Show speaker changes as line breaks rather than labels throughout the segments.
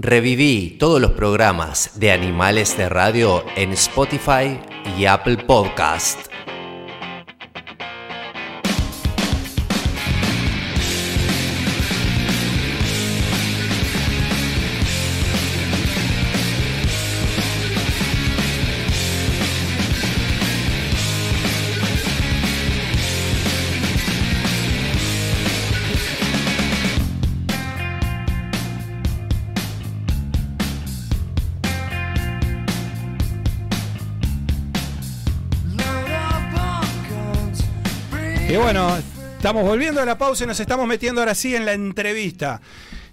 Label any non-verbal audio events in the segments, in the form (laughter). Reviví todos los programas de Animales de Radio en Spotify y Apple Podcast.
Y bueno, estamos volviendo a la pausa y nos estamos metiendo ahora sí en la entrevista.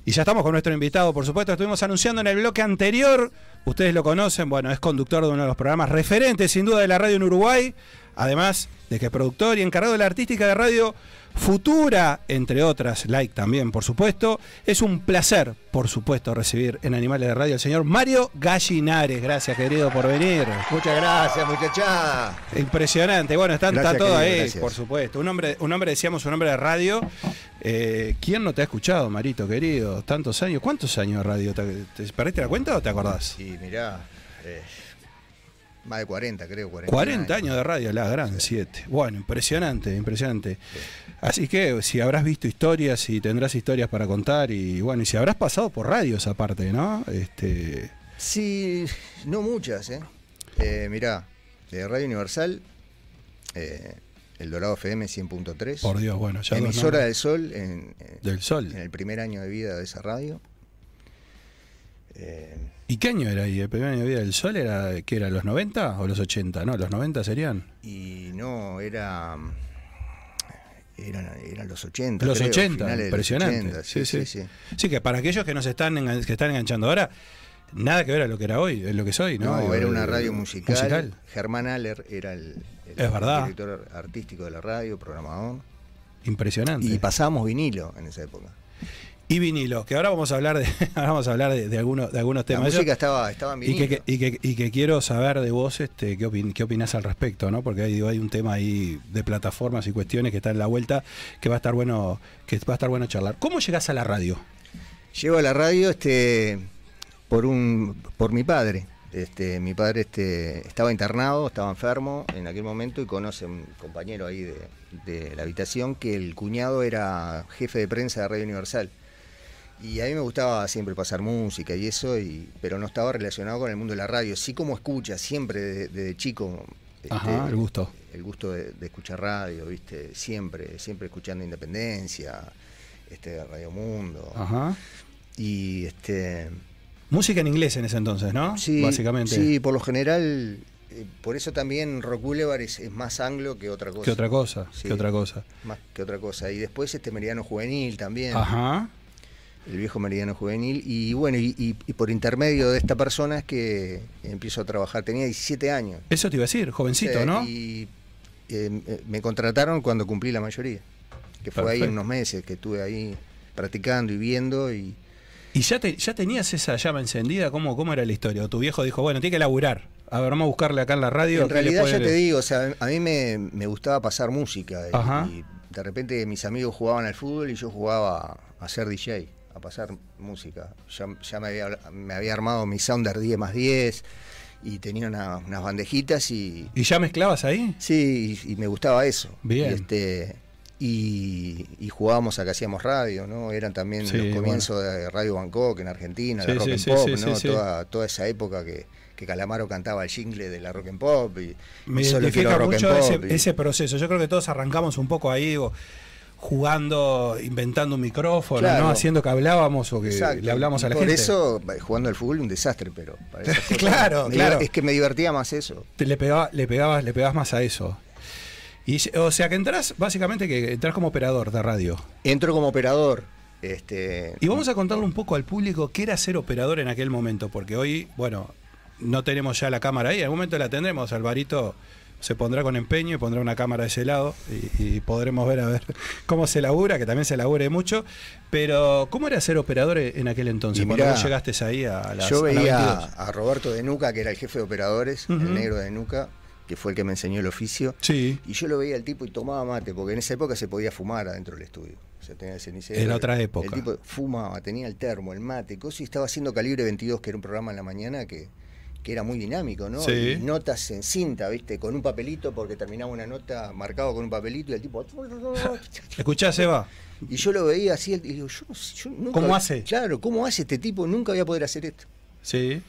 Y ya estamos con nuestro invitado, por supuesto, estuvimos anunciando en el bloque anterior, ustedes lo conocen, bueno, es conductor de uno de los programas referentes sin duda de la radio en Uruguay, además de que es productor y encargado de la artística de radio Futura, entre otras, like también, por supuesto. Es un placer, por supuesto, recibir en Animales de Radio al señor Mario Gallinares. Gracias, querido, por venir.
Muchas gracias, muchacha.
Impresionante. Bueno, está, está
Gracias,
todo
querido,
ahí,
gracias.
por supuesto. Un hombre, un hombre, decíamos, un hombre de radio. Eh, ¿Quién no te ha escuchado, Marito, querido? Tantos años. ¿Cuántos años de radio? ¿Te, te- perdiste la cuenta o te acordás?
Y mirá, eh, más de 40, creo. 40,
40 años de radio, la gran 7. Bueno, impresionante, impresionante. Así que si habrás visto historias y tendrás historias para contar y bueno, y si habrás pasado por radios aparte, ¿no? Este,
Sí, no muchas, ¿eh? Eh, mirá, de Radio Universal, eh, El Dorado FM 100.3.
por Dios, bueno, ya dos
Emisora
nombres.
del Sol en, en-
del sol.
en el primer año de vida de esa radio. Eh,
¿Y qué año era ahí? ¿El primer año de vida del sol era que era los 90 o los 80? No, los 90 serían.
y no, era... Eran, eran los 80.
Los
creo,
80,
finales de los
impresionante.
80,
Sí, sí.
sí, sí.
Sí, que para aquellos que nos están engan- que están enganchando ahora, nada que ver a lo que era hoy, es lo que soy, ¿no?
No,
Digo,
era una
eh,
radio musical. Germán Aller era el, el
Es verdad.
director artístico de la radio, programador.
Impresionante.
Y pasábamos vinilo en esa época.
y vinilo, que ahora vamos a hablar de, (laughs) ahora vamos a hablar de, de algunos, de algunos
La
temas.
música
Yo-
estaba, estaba en
y
vinilo.
que, que- y, que, y que quiero saber de vos este, qué, opin- qué opinás al respecto, ¿no? Porque hay, digo, hay un tema ahí de plataformas y cuestiones que está en la vuelta que va a estar bueno, que va a estar bueno charlar. ¿Cómo llegás a la radio?
Llego a la radio este por un por mi padre. Este, mi padre este, estaba internado, estaba enfermo en aquel momento y conoce un compañero ahí de, de la habitación que el cuñado era jefe de prensa de Radio Universal. Y a mí me gustaba siempre pasar música y eso, y, pero no estaba relacionado con el mundo de la radio. Sí como escucha, siempre desde, desde chico. este,
Ajá, el gusto.
el gusto de, de escuchar radio, ¿viste? Siempre, siempre escuchando Independencia, este, Radio Mundo.
Ajá.
Y este.
Música en inglés en ese entonces, ¿no?
Sí,
Básicamente.
Sí, por lo general. eh, Por eso también Rock Boulevard es, es más anglo que otra cosa.
Que otra cosa,
Sí.
que otra cosa.
Más que otra cosa. Y después este Meridiano Juvenil también.
Ajá.
El viejo Meridiano Juvenil. Y bueno, y, y- y por intermedio de esta persona es que empiezo a trabajar. Tenía 17 años.
Eso te iba a decir, jovencito,
Eh,
¿no?
Y eh, eh, me contrataron cuando cumplí la mayoría. Que fue ahí
Perfecto.
unos meses que estuve ahí practicando y viendo y.
¿Y ya, te- ya tenías esa llama encendida? ¿Cómo, ¿Cómo era la historia? ¿O tu viejo dijo, bueno, tiene que laburar? A ver, vamos a buscarle acá en la radio.
en
¿qué le
realidad
puede-
ya te digo, o sea, a mí me, me gustaba pasar música y-
Ajá.
y, de repente mis amigos jugaban al fútbol y yo jugaba a ser DJ, a pasar música. Ya, ya me, había, me había armado mi Sounder 10 más 10 y tenía una- unas bandejitas y,
¿Y ya mezclabas ahí?
Sí, y, y me gustaba eso.
Bien.
Y, este, y, y jugábamos acá, hacíamos radio, ¿no? Eran también
Sí,
los comienzos de Radio Bangkok en Argentina,
Sí,
la rock
sí,
and
sí,
pop,
sí,
¿no?
sí, sí.
Toda, toda esa época que, que Calamaro cantaba el jingle de la rock and pop. Y,
Me
y solo quiero
identifica
rock and
mucho ese,
pop. y-
ese proceso. Yo creo que todos arrancamos un poco ahí, digo, jugando, inventando un micrófono,
Claro.
¿no? Haciendo que hablábamos o que
Exacto.
le hablamos
Y
a la
por
gente.
eso, eh, jugando al fútbol, un desastre, pero.
(laughs)
para esas cosas,
Claro,
me
claro.
diver- Es que me divertía más eso.
Te- le, pegaba- le, pegabas, le pegabas más a eso. Y, o sea que entras, básicamente que entras como operador de radio.
Entro como operador. Este,
Y vamos a contarle un poco al público qué era ser operador en aquel momento, porque hoy, bueno, no tenemos ya la cámara ahí, en algún momento la tendremos, Alvarito se pondrá con empeño y pondrá una cámara de ese lado y, y podremos ver a ver (laughs) cómo se labura, que también se labure mucho, pero ¿cómo era ser operador e-, en aquel entonces?
Y
Cuando
mirá,
vos llegaste ahí a las
Yo
a las
veía
22.
a Roberto de Nuca, que era el jefe de operadores,
Ujú.
el negro de Nuca, que fue el que me enseñó el oficio.
Sí.
Y yo lo veía al tipo y tomaba mate, porque en esa época se podía fumar adentro del estudio. O sea, tenía el cenicero.
Era otra
el-
época.
El tipo fumaba, tenía el termo, el mate, cosas, y estaba haciendo Calibre 22, que era un programa en la mañana que, que era muy dinámico, ¿no?
Sí.
Y notas en cinta, ¿viste? Con un papelito, porque terminaba una nota marcado con un papelito y el tipo.
Escuchá, Seba.
Y yo lo veía así, y digo, yo, no sé, yo nunca.
¿Cómo hace?
Claro, ¿cómo hace este tipo? Nunca voy a poder hacer esto.
Sí.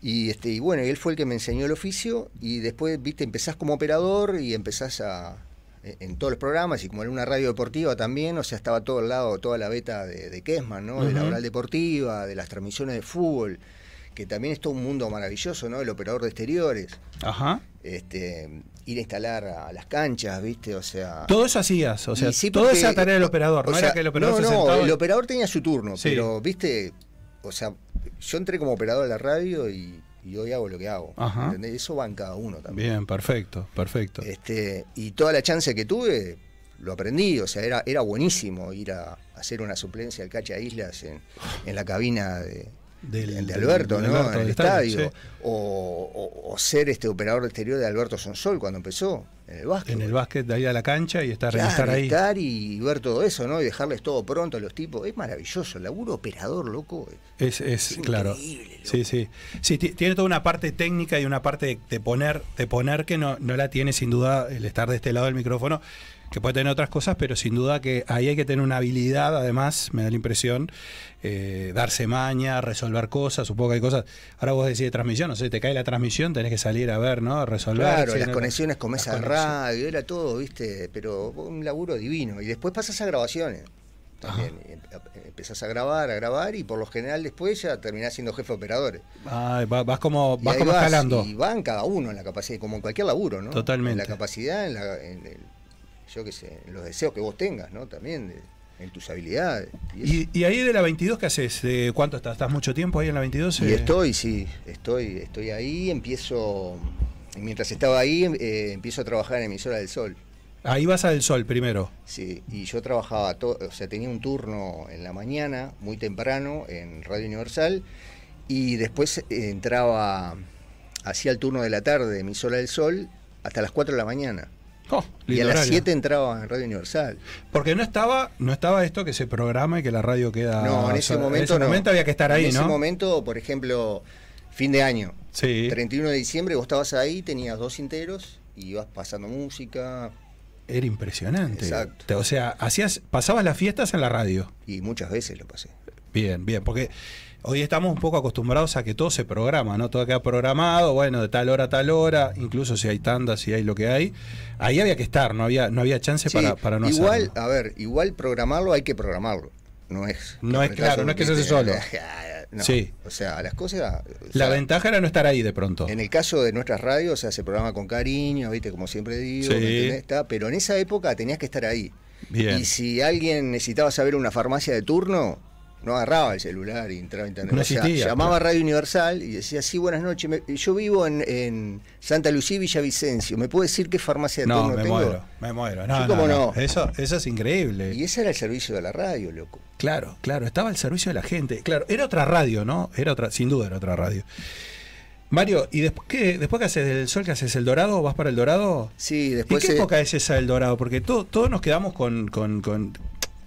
Y, este, y bueno, y él fue el que me enseñó el oficio y después, viste, empezás como operador y empezás a, en en todos los programas y como era una radio deportiva también, o sea, estaba todo al lado, toda la beta de, de Kesman, ¿no? De la
Ujú.
oral deportiva, de las transmisiones de fútbol, que también es todo un mundo maravilloso, ¿no? El operador de exteriores,
Ajá.
este, ir a instalar a las canchas, viste, o sea...
Todo eso hacías, o sea,
Y sí,
toda
porque-
esa tarea del operador,
o
no
sea,
era que el operador
no,
se
no,
sentaba.
el operador tenía su turno,
Sí.
pero viste, o sea, yo entré como operador a la radio y, y hoy hago lo que hago.
Ajá.
¿entendés? Eso va en cada uno también.
Bien, perfecto, perfecto.
Este, y toda la chance que tuve, lo aprendí, o sea, era, era buenísimo ir a hacer una suplencia al Cacha Islas en, en la cabina de,
Del-
de Alberto,
del
¿no?
Alberto
en el
del estadio,
estadio.
sí.
o, o- o ser este operador de exterior de Alberto Sonsol cuando empezó, en el básquet.
En el básquet, de ahí a la cancha y estar,
Claro,
estar ahí.
estar y ver todo eso, ¿no? Y dejarles todo pronto a los tipos. Es maravilloso, el laburo operador, loco.
Es, es,
Es
claro.
increíble, loco.
Sí, sí. Sí, ti- tiene toda una parte técnica y una parte de, de poner, de poner que no, no la tiene sin duda el estar de este lado del micrófono, que puede tener otras cosas, pero sin duda que ahí hay que tener una habilidad, además, me da la impresión, eh, darse maña, resolver cosas, supongo que hay cosas. Ahora vos decís de transmisión, no sé, te cae la transmisión, tenés que salir a ver, ¿no? A Resolver.
Claro,
sí,
las
no,
conexiones con
las
mesa de
conexiones.
radio, era todo, ¿viste? Pero un laburo divino. Y después pasas a grabaciones. También Y em- empezás a grabar, a grabar y por lo general después ya terminás siendo jefe de operadores.
Ah, va- vas como,
Y
vas
ahí
como
vas,
escalando.
Y van cada uno en la capacidad, como en cualquier laburo, ¿no?
Totalmente.
En la capacidad, en, la- en el- yo qué sé, en los deseos que vos tengas, ¿no? También, de- en tus habilidades. y eso.
Y, y ahí de la 22, ¿qué haces? ¿De ¿Cuánto estás? ¿Estás mucho tiempo ahí en la 22?
Y
Eh,
estoy, sí, estoy, estoy ahí, empiezo, mientras estaba ahí, em- eh, empiezo a trabajar en Emisora del Sol.
Ahí vas al sol primero.
Sí, y yo trabajaba, to- o sea, tenía un turno en la mañana, muy temprano, en Radio Universal, y después eh, entraba, hacía el turno de la tarde, Emisora del Sol, hasta las 4 de la mañana. Oh, Y
Lindo
a las
horario.
7 entraba en Radio Universal.
Porque no estaba, no estaba esto que se programa y que la radio queda.
no, en ese
sola.
momento
Ah, En ese
no.
momento había que estar ahí,
En ese
¿no?
momento, por ejemplo, fin de año,
sí.
31 de diciembre vos estabas ahí, tenías dos interos y ibas pasando música
Era impresionante.
Exacto.
Te- O sea, hacías, pasabas las fiestas en la radio.
y muchas veces lo pasé.
Bien, bien, porque hoy estamos un poco acostumbrados a que todo se programa, ¿no? Todo queda programado, bueno, de tal hora a tal hora, incluso si hay tandas, si hay lo que hay. Ahí había que estar, no había, no había chance
Sí,
para, para no
igual,
hacerlo.
a ver, igual programarlo hay que programarlo. No es.
No es claro, no es que se hace
(laughs)
solo.
Ah, No,
Sí.
O sea, las cosas. o
La
sea,
ventaja era no estar ahí de pronto.
En el caso de nuestras radios, o sea, se programa con cariño, ¿viste? Como siempre digo,
Sí.
¿me entendés? Está- pero en esa época tenías que estar ahí.
Bien.
Y si alguien necesitaba saber una farmacia de turno, no agarraba el celular y entraba a internet.
No
O sea,
existía,
llamaba a Radio Universal y decía, sí, buenas noches, me- yo vivo en, en Santa Lucía, Villavicencio, ¿me puede decir qué farmacia de
No,
turno
me
tengo?
muero, me muero.
Sí,
No, no,
cómo
no.
no.
Eso, eso es increíble.
Y ese era el servicio de la radio, loco.
Claro, claro, estaba al servicio de la gente. Claro, era otra radio, ¿no? Era otra, sin duda era otra radio. Mario, ¿y después qué, después que haces del sol, que haces el dorado? ¿Vas para el dorado?
Sí,
¿Y
después...
qué
eh,
época es esa del dorado? Porque to- todos nos quedamos con, con- con-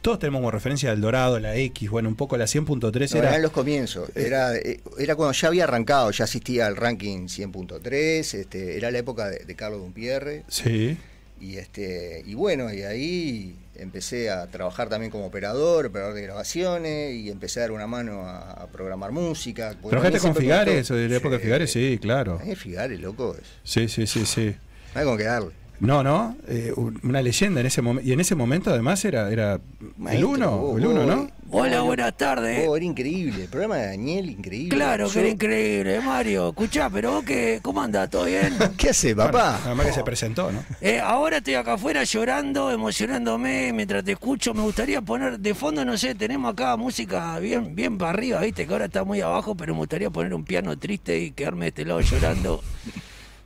Todos tenemos como referencia del dorado, la X, bueno, un poco la 100.3
no,
era.
eran los comienzos. Era, eh, era cuando ya había arrancado, ya asistía al ranking 100.3, este, era la época de, de Carlos Dumpierre.
Sí,
Y, este, y bueno, y ahí empecé a trabajar también como operador, operador de grabaciones, y empecé a dar una mano a, a programar música. Porque a mí
¿Trabajaste con
siempre me gustó-
Figares? ¿O de la época de Figares? Sí, claro.
A mí Figares, loco, es-
Sí, sí, sí, sí.
no hay con qué darle.
No, no, eh, un- una leyenda en ese momento. Y en ese momento además era, era el
Maestro, uh,
uno,
vos,
el uno,
vos,
¿no?
Hola, buenas tardes.
Oh, era increíble, el programa de Daniel, increíble.
claro que
Yo-
era increíble, Mario. Escuchá, pero vos que, ¿cómo andás? ¿Todo bien?
¿Qué hace, papá?
Además que se presentó, ¿no?
Eh, ahora estoy acá afuera llorando, emocionándome mientras te escucho. Me gustaría poner de fondo, no sé, tenemos acá música bien, bien para arriba, viste, que ahora está muy abajo, pero me gustaría poner un piano triste y quedarme de este lado llorando.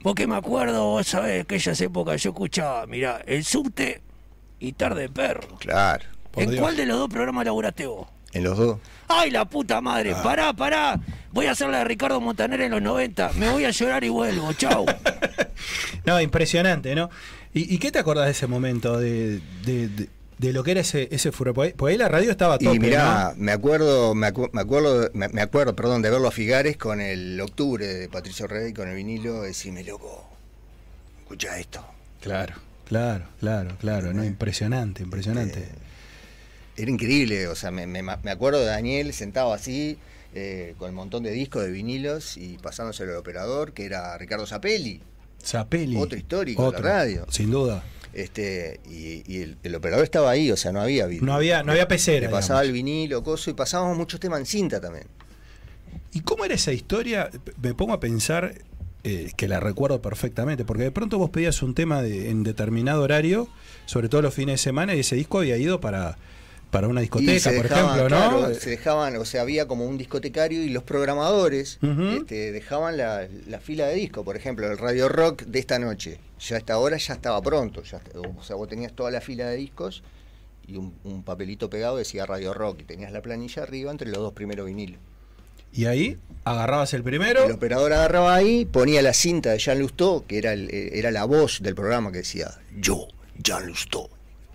Porque me acuerdo, vos sabés, aquellas épocas yo escuchaba, mirá, el subte y tarde de perro.
Claro,
Por
¿En
Dios.
cuál de los dos programas laburaste vos?
en los dos.
¡Ay, la puta madre!
Ah.
¡Pará,
(laughs)
pará! Voy a hacer la de Ricardo Montaner en los 90. Me voy a llorar y vuelvo. ¡Chau!
No, impresionante, ¿no? ¿Y, y qué te acordás de ese momento, de, de- de- de lo que era ese, ese furor? Porque ahí- porque ahí la radio estaba todo
Y mirá, me acuerdo, me, acu- me acuerdo, me, me acuerdo, perdón, de verlo a Figares con el octubre de Patricio Rey, con el vinilo, decime, loco, escucha esto.
Claro, claro, claro, claro, ¿no? Impresionante, impresionante.
Eh, Era increíble, o sea, me, me- me acuerdo de Daniel sentado así, eh, con el montón de discos de vinilos y pasándoselo al operador, que era Ricardo Zapelli.
Zapelli.
Otro histórico de la radio.
Sin duda.
Este, y y el, el operador estaba ahí, o sea, no había vinilo.
No había, no había
Le
pecera.
pasaba
digamos.
el vinilo, coso, y pasábamos muchos temas en cinta también.
¿Y cómo era esa historia? Me pongo a pensar eh, que la recuerdo perfectamente, porque de pronto vos pedías un tema de- en determinado horario, sobre todo los fines de semana, y ese disco había ido para, para una
Y
discoteca,
se
por
dejaban,
ejemplo, ¿no?
claro, se dejaban, o sea, había como un discotecario y los programadores
Ujú.
este, dejaban la, la fila de disco, por ejemplo, el Radio Rock de esta noche. Ya a esta hora ya estaba pronto, ya, est- o sea, vos tenías toda la fila de discos y un, un papelito pegado decía Radio Rock y tenías la planilla arriba entre los dos primeros vinilos.
Y ahí agarrabas el
El
primero.
operador agarraba ahí, ponía la cinta de Jean Lustó, que era, el- eh, era la voz del programa que decía, yo, Jean Lustó,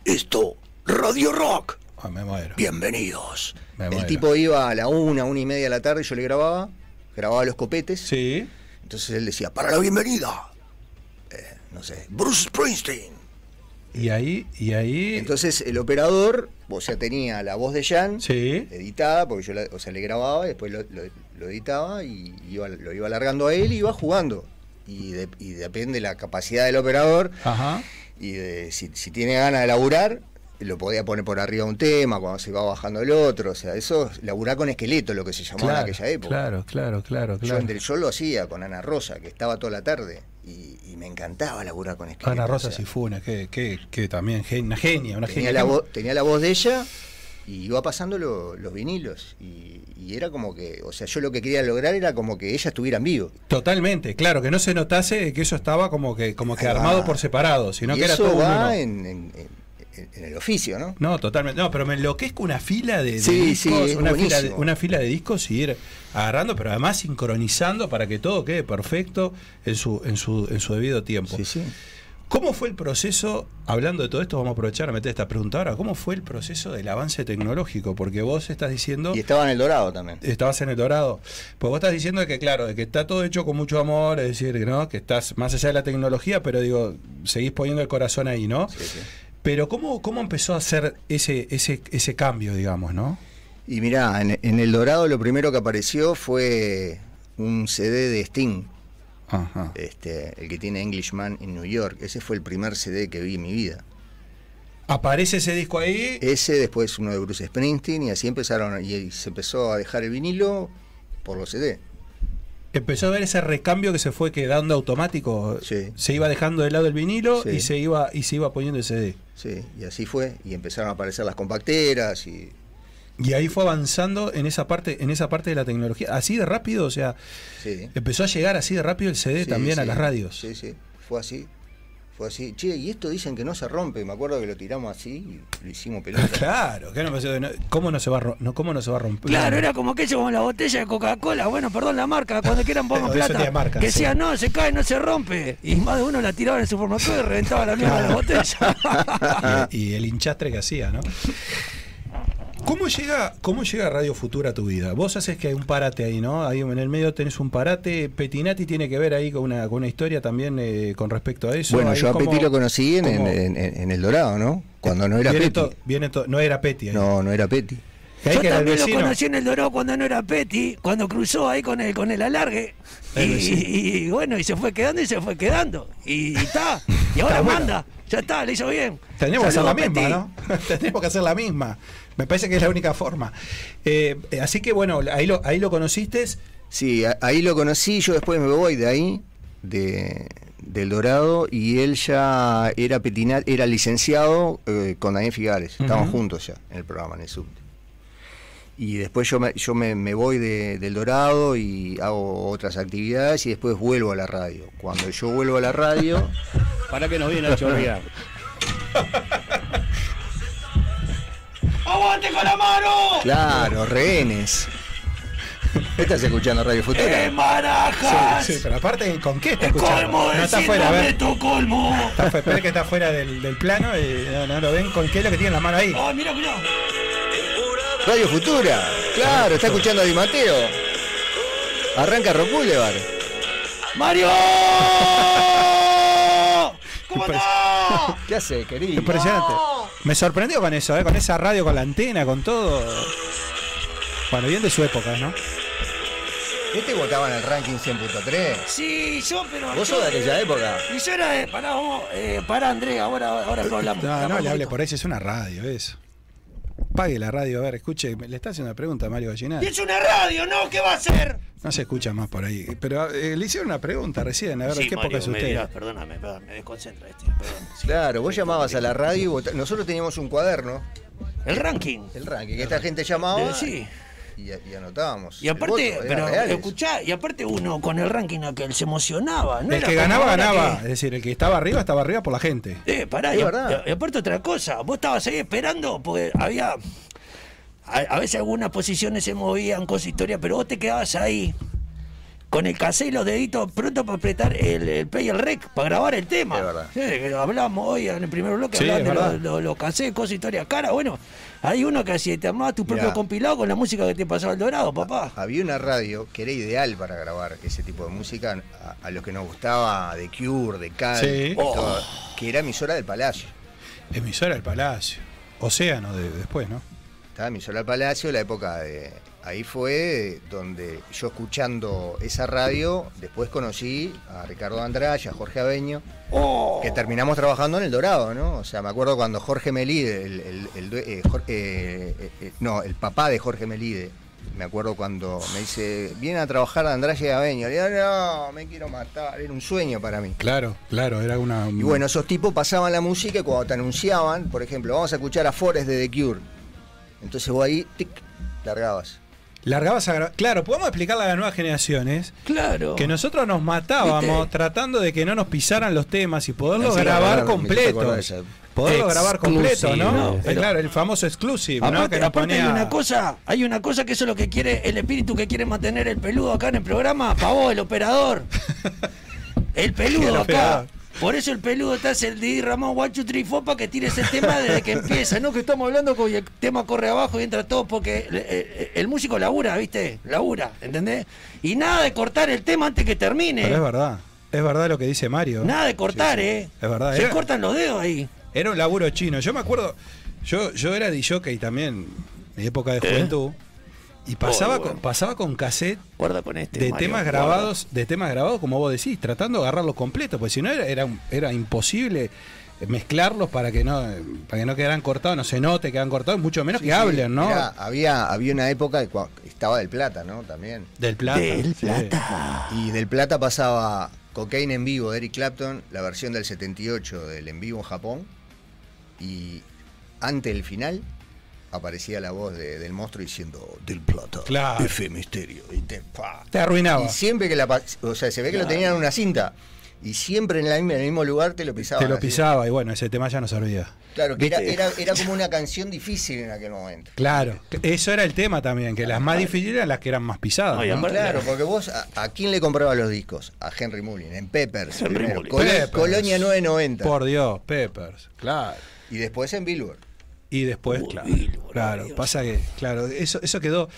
esto, Radio Rock.
Ah, me muero.
Bienvenidos.
Me
el
muero.
tipo iba a la una, una y media de la tarde, yo le grababa, grababa los copetes.
Sí.
Entonces él decía, para la bienvenida. eh, no sé, Bruce Springsteen.
Y ahí, y ahí.
Entonces el operador, o sea, tenía la voz de Jan
sí.
editada, porque yo la- o sea, le grababa, y después lo, lo- lo editaba y iba- lo iba alargando a él y iba jugando. Y, de- y depende de la capacidad del operador
Ajá.
y de- si, si tiene ganas de laburar, lo podía poner por arriba un tema, cuando se iba bajando el otro, o sea, eso, es laburar con esqueleto, lo que se llamaba en
Claro,
aquella época.
claro, claro, claro,
Yo,
claro.
entre- yo lo hacía con Ana Rosa, que estaba toda la tarde, y, y me encantaba laburar con esqueleto.
Ana Rosa
o sea,
Sifuna, que, que, que también gen- una genia, una
Tenía
genia.
la, vo- tenía la voz de ella y iba pasando lo- los vinilos. Y, y era como que, o sea, yo lo que quería lograr era como que ella estuviera en vivo.
Totalmente, claro, que no se notase que eso estaba como que, como que
Ahí va.
armado por separado, sino
y
que era
eso
todo uno.
va en, en- en- en el oficio, ¿no?
No, totalmente. No, pero me enloquezco una fila de, de
Sí, sí,
discos,
es
una, fila de,
buenísimo.
una fila de discos y ir agarrando, pero además sincronizando para que todo quede perfecto en su, en su, en su debido tiempo.
sí.
¿Cómo fue el proceso, hablando de todo esto, vamos a aprovechar a meter esta pregunta ahora, ¿cómo fue el proceso del avance tecnológico? Porque vos estás diciendo...
Y estaba en el Dorado también.
Estabas en el Dorado. Pues vos estás diciendo que, claro, de que está todo hecho con mucho amor, es decir, ¿no? que estás más allá de la tecnología, pero digo, seguís poniendo el corazón ahí, ¿no?
sí.
Pero ¿cómo, cómo empezó a hacer ese, ese, ese cambio, digamos, ¿no?
Y mirá, en, en El Dorado lo primero que apareció fue un CD de Sting,
Ajá.
este, el que tiene Englishman en New York. Ese fue el primer CD que vi en mi vida.
Aparece ese disco ahí.
Ese, después uno de Bruce Springsteen, y así empezaron, y, y se empezó a dejar el vinilo por los CD.
Empezó a ver ese recambio que se fue quedando automático.
Sí.
Se iba dejando de lado el vinilo
Sí.
y se iba y se iba poniendo el CD.
Sí, y así fue, y empezaron a aparecer las compacteras y
Y ahí fue avanzando en esa parte, en esa parte de la tecnología. Así de rápido, o sea,
sí.
empezó a llegar así de rápido el CD
Sí,
también a
sí,
las radios.
Sí, sí, fue así. Fue así. Che, y esto dicen que no se rompe, me acuerdo que lo tiramos así y lo hicimos pelota.
(laughs) Claro, que no me sé- no- ¿cómo, no se va a, ro- no, ¿cómo no se va a romper?
Claro, era como que ellos con la botella de Coca-Cola, bueno, perdón la marca, cuando quieran pongan
Eso tiene
plata.
marca,
que
sí.
decía, no, se cae, no se rompe. Y más de uno la tiraba en el supermercado y reventaba la mierda de la botella.
Ah. Y, y el hinchastre que hacía, ¿no? ¿Cómo llega, ¿Cómo llega Radio Futura a tu vida? Vos haces que hay un parate ahí, ¿no? Ahí en el medio tenés un parate. Petinati tiene que ver ahí con una, con una historia también eh, con respecto a eso.
Bueno,
Ahí
yo a
cómo-
Peti lo conocí en,
cómo-
en- en- en El Dorado, ¿no? Cuando no era
viene
Peti.
to- viene to- no era Peti. ahí.
No, no era Peti.
(laughs) Que ahí
Yo
que era el
también lo
vecino.
conocí en el Dorado cuando no era Petty, cuando cruzó ahí con el, con el alargue. Y,
El vecino.
y- y bueno, y se fue quedando y se fue quedando. Y
(laughs)
y está, y ahora
Está bueno.
manda. Ya está, le hizo bien.
Tenemos que hacer la
Saludos,
misma,
Petty.
¿no? (laughs) Tenemos que hacer la misma. Me parece que es la única forma. Eh, eh, así que bueno, ahí lo, ahí lo conociste.
Sí, a- ahí lo conocí, yo después me voy de ahí, de, del Dorado, y él ya era petina- era licenciado eh, con Daniel Figares,
Ujú.
estábamos juntos ya en el programa, en el subte. Y después yo me, yo me, me voy de- del Dorado y hago otras actividades y después vuelvo a la radio. Cuando yo vuelvo a la radio, (laughs)
Para que nos viene a chorrear.
¡Aguante con la mano!
claro, rehenes. Estás escuchando Radio Futura.
¡En Barajas!
Sí, pero aparte, ¿con qué está
¡El
escuchando?
colmo
No
del
está afuera, a
síndrome
ver.
Estocolmo!
Está fe- espera que está fuera del, del plano y no, no lo ven. ¿Con qué es lo que tiene en la mano ahí?
¡Ay, mirá, mirá!
Radio Futura. Claro, está escuchando a Di Mateo. Arranca Rock Boulevard.
¡Mario! (laughs) ¿Cómo andás?
¿Qué hace, querido?
Impresionante. Me sorprendió con eso, ¿eh? con esa radio, con la antena, con todo. Bueno, bien de su época, ¿no?
Este votaba en el ranking 100.3.
Sí, yo, pero.
Vos
yo-
sos de aquella época.
Y yo era de. Pará, vamos. Eh, pará, Andrés, ahora, ahora lo hablamos.
No, no
Hablamos
le hable
poquito.
por ahí, si es una radio, eso. Pague la radio, a ver, escuche. Le está haciendo una pregunta a Mario Gallinari.
Y es una radio, ¿no? ¿Qué va a hacer?
No se escucha más por ahí. Pero eh, le hicieron una pregunta recién, a ver, ¿qué época es
me
usted?
dirás, perdóname, perdón, me desconcentra este. Perdón. Sí.
Claro, vos llamabas a la radio y vota- Nosotros teníamos un cuaderno,
El ranking.
el ranking, que esta gente llamaba
Eh, sí.
y, y anotábamos.
Y
El
aparte,
voto, era
pero
reales.
escuchá, y aparte uno con el ranking aquel se emocionaba, ¿no?
el
Era
que
como
ganaba,
ahora
ganaba.
que-
Es decir, el que estaba arriba, estaba arriba por la gente.
Eh, pará,
Es
y,
verdad.
y aparte otra cosa, vos estabas ahí esperando, porque había. A, a veces algunas posiciones se movían, cosas historias, pero vos te quedabas ahí con el cassette y los deditos pronto para apretar el, el play y el rec, para grabar el tema.
Es verdad.
Eh, que hablamos hoy en el primer bloque,
Sí,
hablaban
es
de
verdad.
los los- los cassettes, cosas historias caras. Bueno, hay uno que así te armabas tu propio
Mirá.
compilado con la música que te pasaba el
(laughs)
Dorado, papá.
Había una radio que era ideal para grabar ese tipo de música a, a los que nos gustaba de Cure, de Cal,
Sí.
Oh.
que era emisora del Palacio.
Emisora del Palacio. Océano de, después, ¿no?
Estaba emisora del Palacio, la época de. Ahí fue donde yo escuchando esa radio, después conocí a Ricardo Andrade, a Jorge Abeño,
Oh.
que terminamos trabajando en El Dorado, ¿no? O sea, me acuerdo cuando Jorge Melide, el, el- el due- eh, Jor- eh, eh, eh, no, el papá de Jorge Melide, me acuerdo cuando me dice, viene a trabajar a Andrade y Abeño. Le digo, no, me quiero matar, era un sueño para mí.
Claro, claro, era una.
Y bueno, esos tipos pasaban la música y cuando te anunciaban, por ejemplo, vamos a escuchar a Forest de The Cure. Entonces vos ahí, tic, largabas.
Largabas a grabar. Claro, podemos explicarle a las nuevas generaciones
Claro.
que nosotros nos matábamos
¿Viste?
tratando de que no nos pisaran los temas y poderlos
Así,
grabar
claro, me
completo.
hizo acordar esa-
Poderlo grabar completo, ¿no?
Exclusive,
Eh,
pero-
Claro, el famoso exclusive, ¿no?
Aparte,
Que nos
aparte
ponía-
hay una cosa, hay una cosa que eso es lo que quiere, el espíritu que quiere mantener el peludo acá en el programa, pa' vos,
(laughs)
el operador. El peludo
El
acá.
operador.
Por eso el peludo está es el Didi Ramón Guachu Trifopa que tire ese tema desde que empieza, no que estamos hablando con- y el tema corre abajo y entra todo porque el, el- el músico labura, ¿viste? Labura, ¿entendés? Y nada de cortar el tema antes que termine.
Pero es verdad. Es verdad lo que dice Mario.
Nada de cortar, ¿eh?
Es verdad,
Se
era-
cortan los dedos ahí.
Era un laburo chino. Yo me acuerdo, yo, yo era DJ jockey también, mi época
Eh.
de juventud, y pasaba,
bueno.
con, pasaba con cassette
Guarda con este.
de
Mario,
temas
guarda.
grabados, de temas grabados, como vos decís, tratando de agarrarlos completos, porque si no era, era, un- era imposible mezclarlos para que no, para que no quedaran cortados, no se note que han cortado, mucho menos que
Sí,
hablen, ¿no?
mirá, había, había una época que cua- estaba del Plata, ¿no? También.
Del plata.
Del
sí.
plata.
Y del Plata pasaba Cocaine en vivo de Eric Clapton, la versión del 78 del en vivo en Japón. Y ante el final aparecía la voz de- del monstruo diciendo Del Plata,
Claro.
F Misterio. Y, te- pa.
Te arruinaba.
Y siempre que la. pa- O sea, se ve que lo tenían en una cinta. Y siempre en, la misma- en el mismo lugar te lo pisaban.
Te lo
así.
pisaba y bueno, ese tema ya no servía.
Claro, que era,
Viste.
era, era como una canción difícil en aquel momento.
Claro, eso era el tema también, que las más difíciles eran las que eran más pisadas.
Ay,
¿no?
aparte-
Claro, porque vos, ¿a, a quién le comprabas los discos? A Henry Mullin, en Peppers.
Henry
primero.
Mullin.
Colo-
Peppers.
Colonia 990.
Por Dios, Peppers, claro.
Y después en Billboard.
Y después,
Uy,
claro.
Bilbo,
claro,
Dios.
pasa que, claro, eso, eso quedó.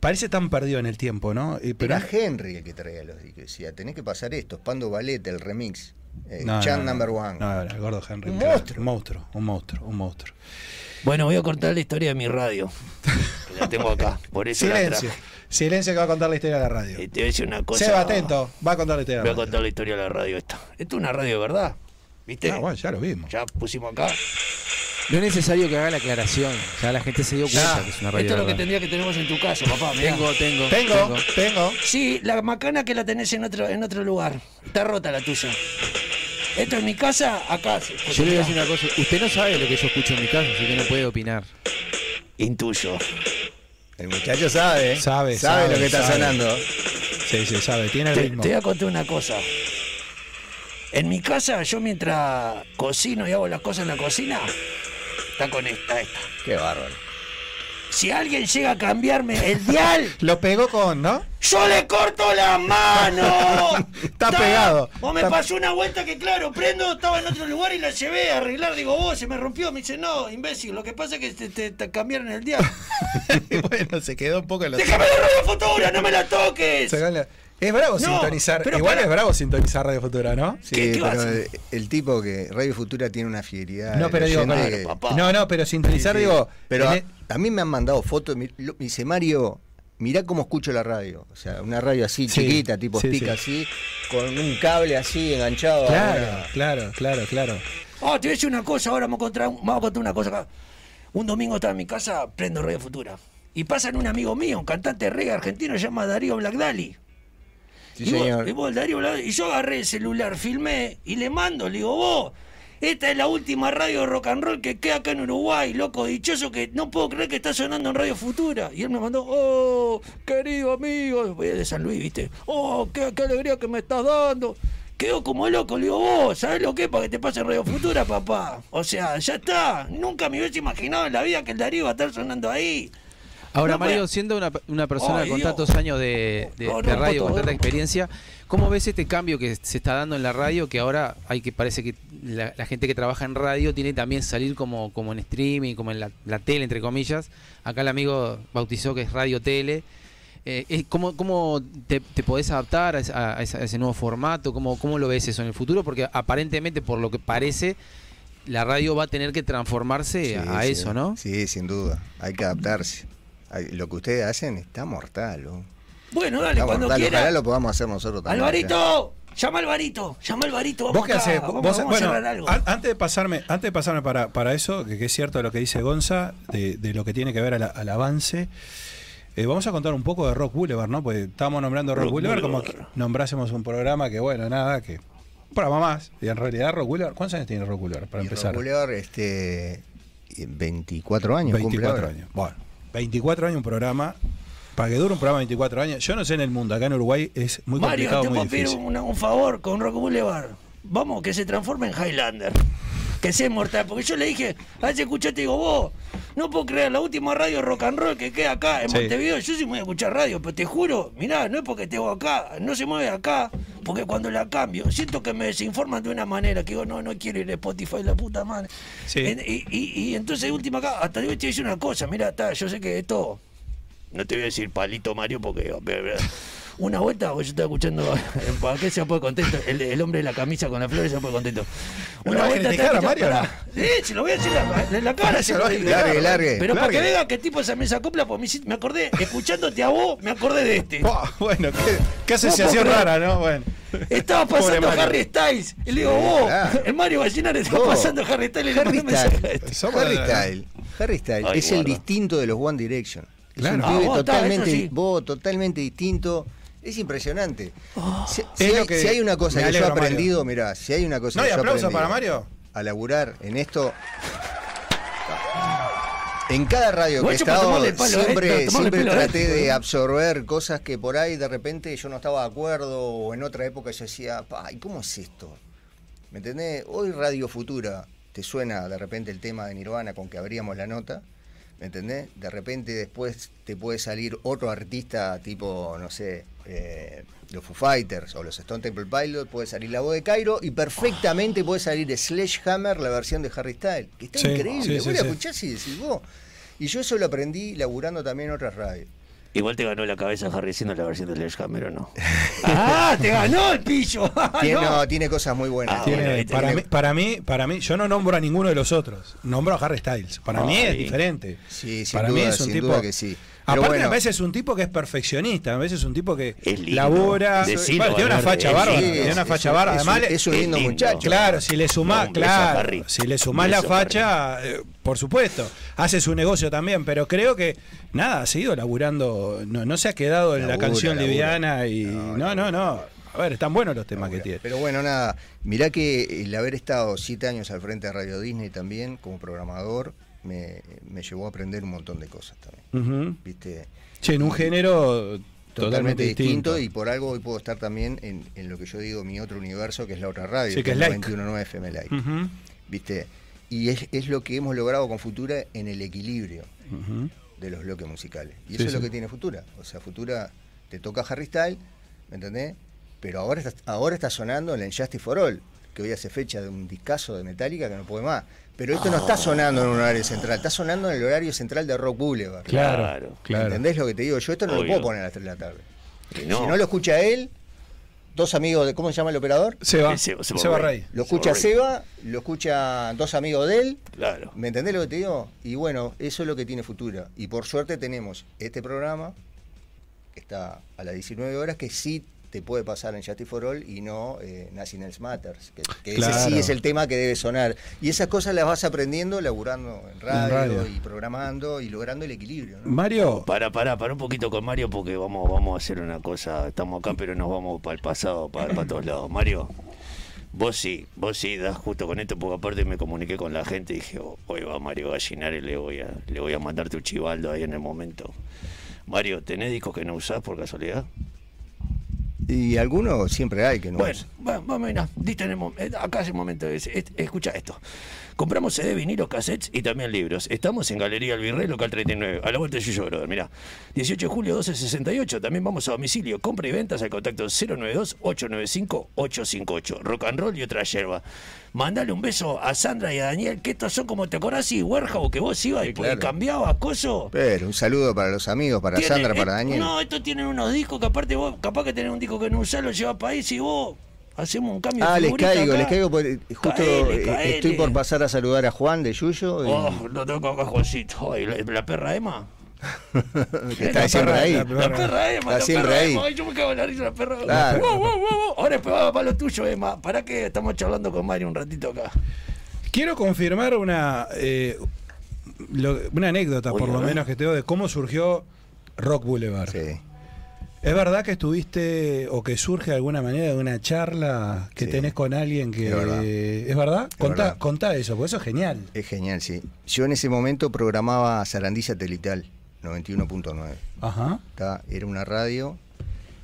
Parece tan perdido en el tiempo, ¿no? Y- pero
Era Henry el que traía los discos. Decía, tenés que pasar esto, Pando Ballet, el remix, eh,
No,
Chan
no, no.
Number One.
No, era el gordo Henry.
Un
claro.
monstruo.
Un monstruo, un monstruo, un monstruo.
Bueno, voy a contar la historia de mi radio. que La tengo acá, por eso
Silencio.
la traje.
Silencio que va a contar la historia de la radio.
Eh, Te voy a decir una cosa.
Seba, atento, va a contar la historia de
Voy
la
a
radio.
contar la historia de la radio esta. Esto es una radio de verdad, ¿viste?
Ah, bueno, ya lo vimos.
Ya pusimos acá.
No es necesario que haga la aclaración. Ya la gente se dio cuenta
Ya.
que es una radio.
Esto es lo que
de verdad.
tendría que tenemos en tu casa, papá. mirá.
Tengo, tengo.
Tengo, tengo.
Sí, la macana que la tenés en otro, en otro lugar. Está rota la tuya. Esto en mi casa, acá. se-
Yo le voy a decir una cosa. Usted no sabe lo que yo escucho en mi casa, así que no puede opinar.
Intuyo.
El muchacho sabe, ¿eh?
Sabe, sabe,
lo que está
sabe.
sonando.
Sí, sí, sabe, tiene el
Te,
ritmo.
te voy a contar una cosa. En mi casa, yo mientras cocino y hago las cosas en la cocina, está con esta, esta.
Qué bárbaro.
Si alguien llega a cambiarme el dial, (laughs)
Lo pegó con, ¿no? (laughs)
¡Yo le corto la mano!
Está pegado.
O me
Está-
pasó una vuelta que, claro, prendo, estaba en otro lugar y la llevé a arreglar. Digo, vos, se me rompió. Me dice, no, imbécil, lo que pasa es que te, te- te cambiaron
(laughs)
el diablo.
bueno, se quedó un poco en los.
¡Déjame la radio futura, no me la toques!
Se gana- Es bravo
No,
sintonizar.
pero
Igual
para-
es bravo sintonizar Radio Futura, ¿no?
Sí,
¿Qué- qué
pero
vas?
eh, el tipo que Radio Futura tiene una fidelidad.
No, pero
el
digo,
oyente
claro,
que-
papá.
No, no, pero sintonizar,
eh. Sí, sí.
digo. en-
Pero
e-
a- también me han mandado fotos. mi- lo- Me dice Mario, mirá cómo escucho la radio. O sea, una radio así
Sí,
chiquita, tipo
sí,
pica así, con un cable así enganchado. a
Claro,
una-
claro, claro, claro.
Ah, te voy a decir una cosa, ahora vamos a contar, vamos a contar una cosa acá. Un domingo estaba en mi casa, prendo Radio Futura. Y pasan un amigo mío, un cantante reggae argentino, se llama Darío Black Dali.
Sí,
y, vos-
señor.
y vos, Darío Black- y yo agarré el celular, filmé y le mando, le digo, vos, esta es la última radio de rock and roll que queda acá en Uruguay, loco, dichoso que no puedo creer que está sonando en Radio Futura. Y él me mandó, oh, querido amigo, voy de San Luis, viste, oh, qué, qué alegría que me estás dando. Quedó como loco, le digo, vos, ¿sabés lo que es para que te pase Radio Futura, papá? O sea, ya está, nunca me hubiese imaginado en la vida que el Darío iba a estar sonando ahí.
Ahora,
No,
Mario,
pero-
siendo una, una persona
Ay,
con
Dios.
tantos años de, de-
No, no,
de
Pato,
radio, con tanta
no.
experiencia, ¿cómo ves este cambio que se está dando en la radio? Que ahora hay que parece que la, la gente que trabaja en radio tiene también salir como, como en streaming, como en la, la tele, entre comillas. Acá el amigo bautizó que es radio tele. Eh, eh, ¿Cómo, cómo te, te podés adaptar a, esa- a esa- a ese nuevo formato? ¿Cómo, ¿Cómo lo ves eso en el futuro? Porque aparentemente, por lo que parece, la radio va a tener que
Sí,
transformarse a
sí.
eso, ¿no?
Sí, sin duda. Hay que adaptarse. Hay- Lo que ustedes hacen está mortal. ¿no?
Bueno, dale,
Está
cuando
mortal.
quiera.
Ojalá lo podamos hacer nosotros también.
Alvarito, llama a Alvarito, llama a Alvarito. Vamos
¿Vos qué
acá,
haces?
Vamos,
Vos-
vamos
bueno,
a cerrar algo.
an- antes de pasarme, antes de pasarme para, para eso, que, que es cierto lo que dice Gonza, de, de lo que tiene que ver a la- al avance, eh, vamos a contar un poco de Rock Boulevard, ¿no? Porque estábamos nombrando Rock,
Rock
Boulevard, como
Boulevard.
que nombrásemos un programa que, bueno, nada, que. Para mamás. Y en realidad, Rock Boulevard, ¿cuántos años tiene Rock Boulevard? Para
Y
empezar.
Regular, este, 24 años. cumple
24
ahora.
años. Bueno, 24 años un programa. Para que dure un programa 24 años. Yo no sé en el mundo, acá en Uruguay es muy
Mario,
complicado,
te
muy
puedo pedir
difícil.
un, un favor con Rock Boulevard. Vamos, que se transforme en Highlander. Que sea inmortal. Porque yo le dije, hace escuchaste, digo, vos, no puedo creer, la última radio rock and roll que queda acá en
Sí.
Montevideo. Yo sí me voy a escuchar radio, pero te juro, mirá, no es porque tengo acá, no se mueve acá. Porque cuando la cambio, siento que me desinforman de una manera que digo, no, no quiero ir a Spotify, la puta madre.
Sí.
En- y, y- y entonces, última acá, hasta yo te voy a decir una cosa, mira, está, yo sé que esto no te voy a decir palito Mario porque una vuelta porque yo estaba escuchando para qué se puede contento el, el hombre de la camisa con la flor se puede contento
¿Lo vas a criticar a
estaba
Mario,
escuchando- sí se lo voy a decir la- en la cara se
lo
lo
vas a
voy a
criticar.
decir.
Largue, largue,
pero para que
largue.
vea que tipo se me acopla pues me, hiciste- me acordé escuchándote a vos me acordé de este
(laughs) Buah, bueno, qué, qué
puedo
asociación
creer.
rara, ¿no? Bueno.
estaba pasando
Pobre Mario.
Harry Styles y le digo vos
claro.
el Mario Gallinari estaba
Vos.
pasando Harry Styles y le
Harry
mandé un mensaje
Styles.
a este.
Somos
Harry
de-
Styles. Harry Styles
Ay,
es el
guarda.
distinto de los One Direction. Es
Claro.
un
Ah,
pibe
vos, está,
totalmente,
eso sí.
vos, totalmente distinto. Es impresionante. si, si
Es lo
hay,
Oh. que-
si hay una cosa
me
que yo he
alegro,
aprendido, mirá, Pues si hay una cosa
No,
que
y
yo he
aplauso
aprendido
para Mario.
a laburar en esto. En cada radio que
Guacho,
he
para
estado,
tomarle el palo, eh,
siempre,
para tomarle
siempre
el palo, eh.
traté de absorber cosas que por ahí de repente yo no estaba de acuerdo o en otra época yo decía, ay, ¿cómo es esto? ¿Me entendés? Hoy Radio Futura te suena de repente el tema de Nirvana con que abríamos la nota. ¿Me entendés? De repente después te puede salir otro artista tipo, no sé, eh, los Foo Fighters o los Stone Temple Pilots, puede salir la voz de Cairo y perfectamente puede salir Sledgehammer, la versión de Harry Styles, que está
Sí, sí,
increíble.
sí,
vos la
sí.
escuchás y decís vos. Y yo eso lo aprendí laburando también en otras radios.
Igual te ganó la cabeza Harry siendo la versión de Sledgehammer
(laughs)
o no. ¡Ah! ¡Te ganó el pillo! (laughs) Ah,
Tiene,
no.
no, tiene cosas muy buenas.
Ah,
Tiene-
bueno, viste,
para,
tiene-
mí, para mí, para mí, yo no nombro a ninguno de los otros. Nombro a Harry Styles. Para mí es
Ay.
diferente.
Sí, sin
para mí
duda,
es un
sin
tipo
duda que sí. Pero
Aparte,
bueno.
a veces es un tipo que es perfeccionista, a veces es un tipo que
Es lindo.
labura.
Decilo,
Bueno, tiene una
Valverde,
facha
es
bárbara.
lindo.
Tiene una
Es
facha
un-
bárbara.
es un-
Además, le-
es un lindo
lindo.
muchacho.
Claro, si le sumás,
No, un beso a
claro,
Harry.
si le
Un
sumás la
beso a Harry.
facha, eh, por supuesto, hace su negocio también, pero creo que nada, ha seguido laburando, no, no se ha quedado en la
Labura,
canción
labura.
liviana y no, no, no. A ver, están buenos los temas que tiene.
Pero bueno, nada, mirá que el haber estado siete años al frente de Radio Disney también como programador me, me llevó a aprender un montón de cosas también.
Ujú.
¿Viste?
Sí, en un género totalmente,
Totalmente
distinto.
distinto, y por algo hoy puedo estar también en, en lo que yo digo mi otro universo, que es la otra radio,
Sí, que es
la
Like.
21.9 FM Like.
Ujú,
¿Viste? Y es, es lo que hemos logrado con Futura en el equilibrio.
ujú.
de los bloques musicales. Y
Sí,
eso es lo
sí.
que tiene Futura. O sea, Futura te toca Harry Style, ¿me entendés? Pero ahora está, ahora está sonando en el Justice for All, que hoy hace fecha de un discazo de Metallica que no puede más. Pero esto no está sonando en un horario central, está sonando en el horario central de Rock Boulevard.
Claro, claro.
¿Entendés lo que te digo? Yo esto no lo
Obvio.
puedo poner a las 3 de la tarde.
Que
Si no lo escucha él, dos amigos de. ¿Cómo se llama el operador?
Seba,
Eh, Seba- Seba
Seba
Rey.
Rey.
Lo escucha
Sorry.
Seba, lo escucha dos amigos de él.
Claro.
¿Me entendés lo que te digo? Y bueno, eso es lo que tiene Futura. Y por suerte tenemos este programa, que está a las 19 horas, que sí te puede pasar en Justice for All y no eh, Nothing Else Matters. Que, que ese
Claro.
sí es el tema que debe sonar. Y esas cosas las vas aprendiendo laburando en radio,
radio.
y programando y logrando el equilibrio. ¿no?
Mario,
Para, para, para un poquito con Mario porque vamos, vamos a hacer una cosa. Estamos acá, pero nos vamos para el pasado, para, todos lados. Mario, vos sí, vos sí das justo con esto, porque aparte me comuniqué con la gente y dije, oh, hoy va Mario Gallinari, le voy a, le voy a mandar tu chivaldo ahí en el momento. Mario, ¿tenés discos que no usás por casualidad?
Y algunos siempre hay que no
Bueno,
es.
va- vamos, mira, diste en el mom- eh, acá es el momento. de- es- escucha esto. Compramos CD, vinilos, cassettes y también libros. Estamos en Galería El Virrey, local 39. A la vuelta de Yuyo, brother, mira. 18 de julio, 1268. También vamos a domicilio. Compra y ventas al contacto 092-895-858. Rock and roll y otra yerba. Mandale un beso a Sandra y a Daniel, que estos son como, ¿te acordás? Y Warhouse, que vos ibas y,
claro.
y cambiabas cosas.
Pero un saludo para los amigos, para
Tienen,
Sandra, para
eh,
Daniel.
No, estos tienen unos discos que aparte vos, capaz que tenés un disco que no usás, lo llevas para ahí y vos hacemos un cambio
Ah,
de
les
figurita
caigo,
acá.
les caigo. por- justo
Caele,
eh,
caele.
estoy por pasar a saludar a Juan de Yuyo. y-
Oh, lo toco acá, Juancito. Ay, la, la perra Emma. (laughs)
que
Eh,
está
la
siempre
perra-
ahí.
La perra, Emma.
Está
la
siempre
perra
ahí.
Emma. Ay, yo me cago en la risa, la perra.
Claro.
Wow, wow, wow, wow. Ahora después va para lo tuyo, Emma. ¿Para qué? Estamos charlando con Mario un ratito acá.
quiero confirmar una, eh, lo- una anécdota,
Oye,
por lo
a ver.
menos que tengo, de cómo surgió Rock Boulevard.
Sí.
¿Es verdad que estuviste o que surge de alguna manera de una charla que
Sí.
tenés con alguien que.
Es verdad.
¿Es verdad? Contá,
verdad.
contá eso, porque eso es genial.
Es genial, sí. Yo en ese momento programaba Sarandí Satelital 91.9.
Ajá.
¿tá? Era una radio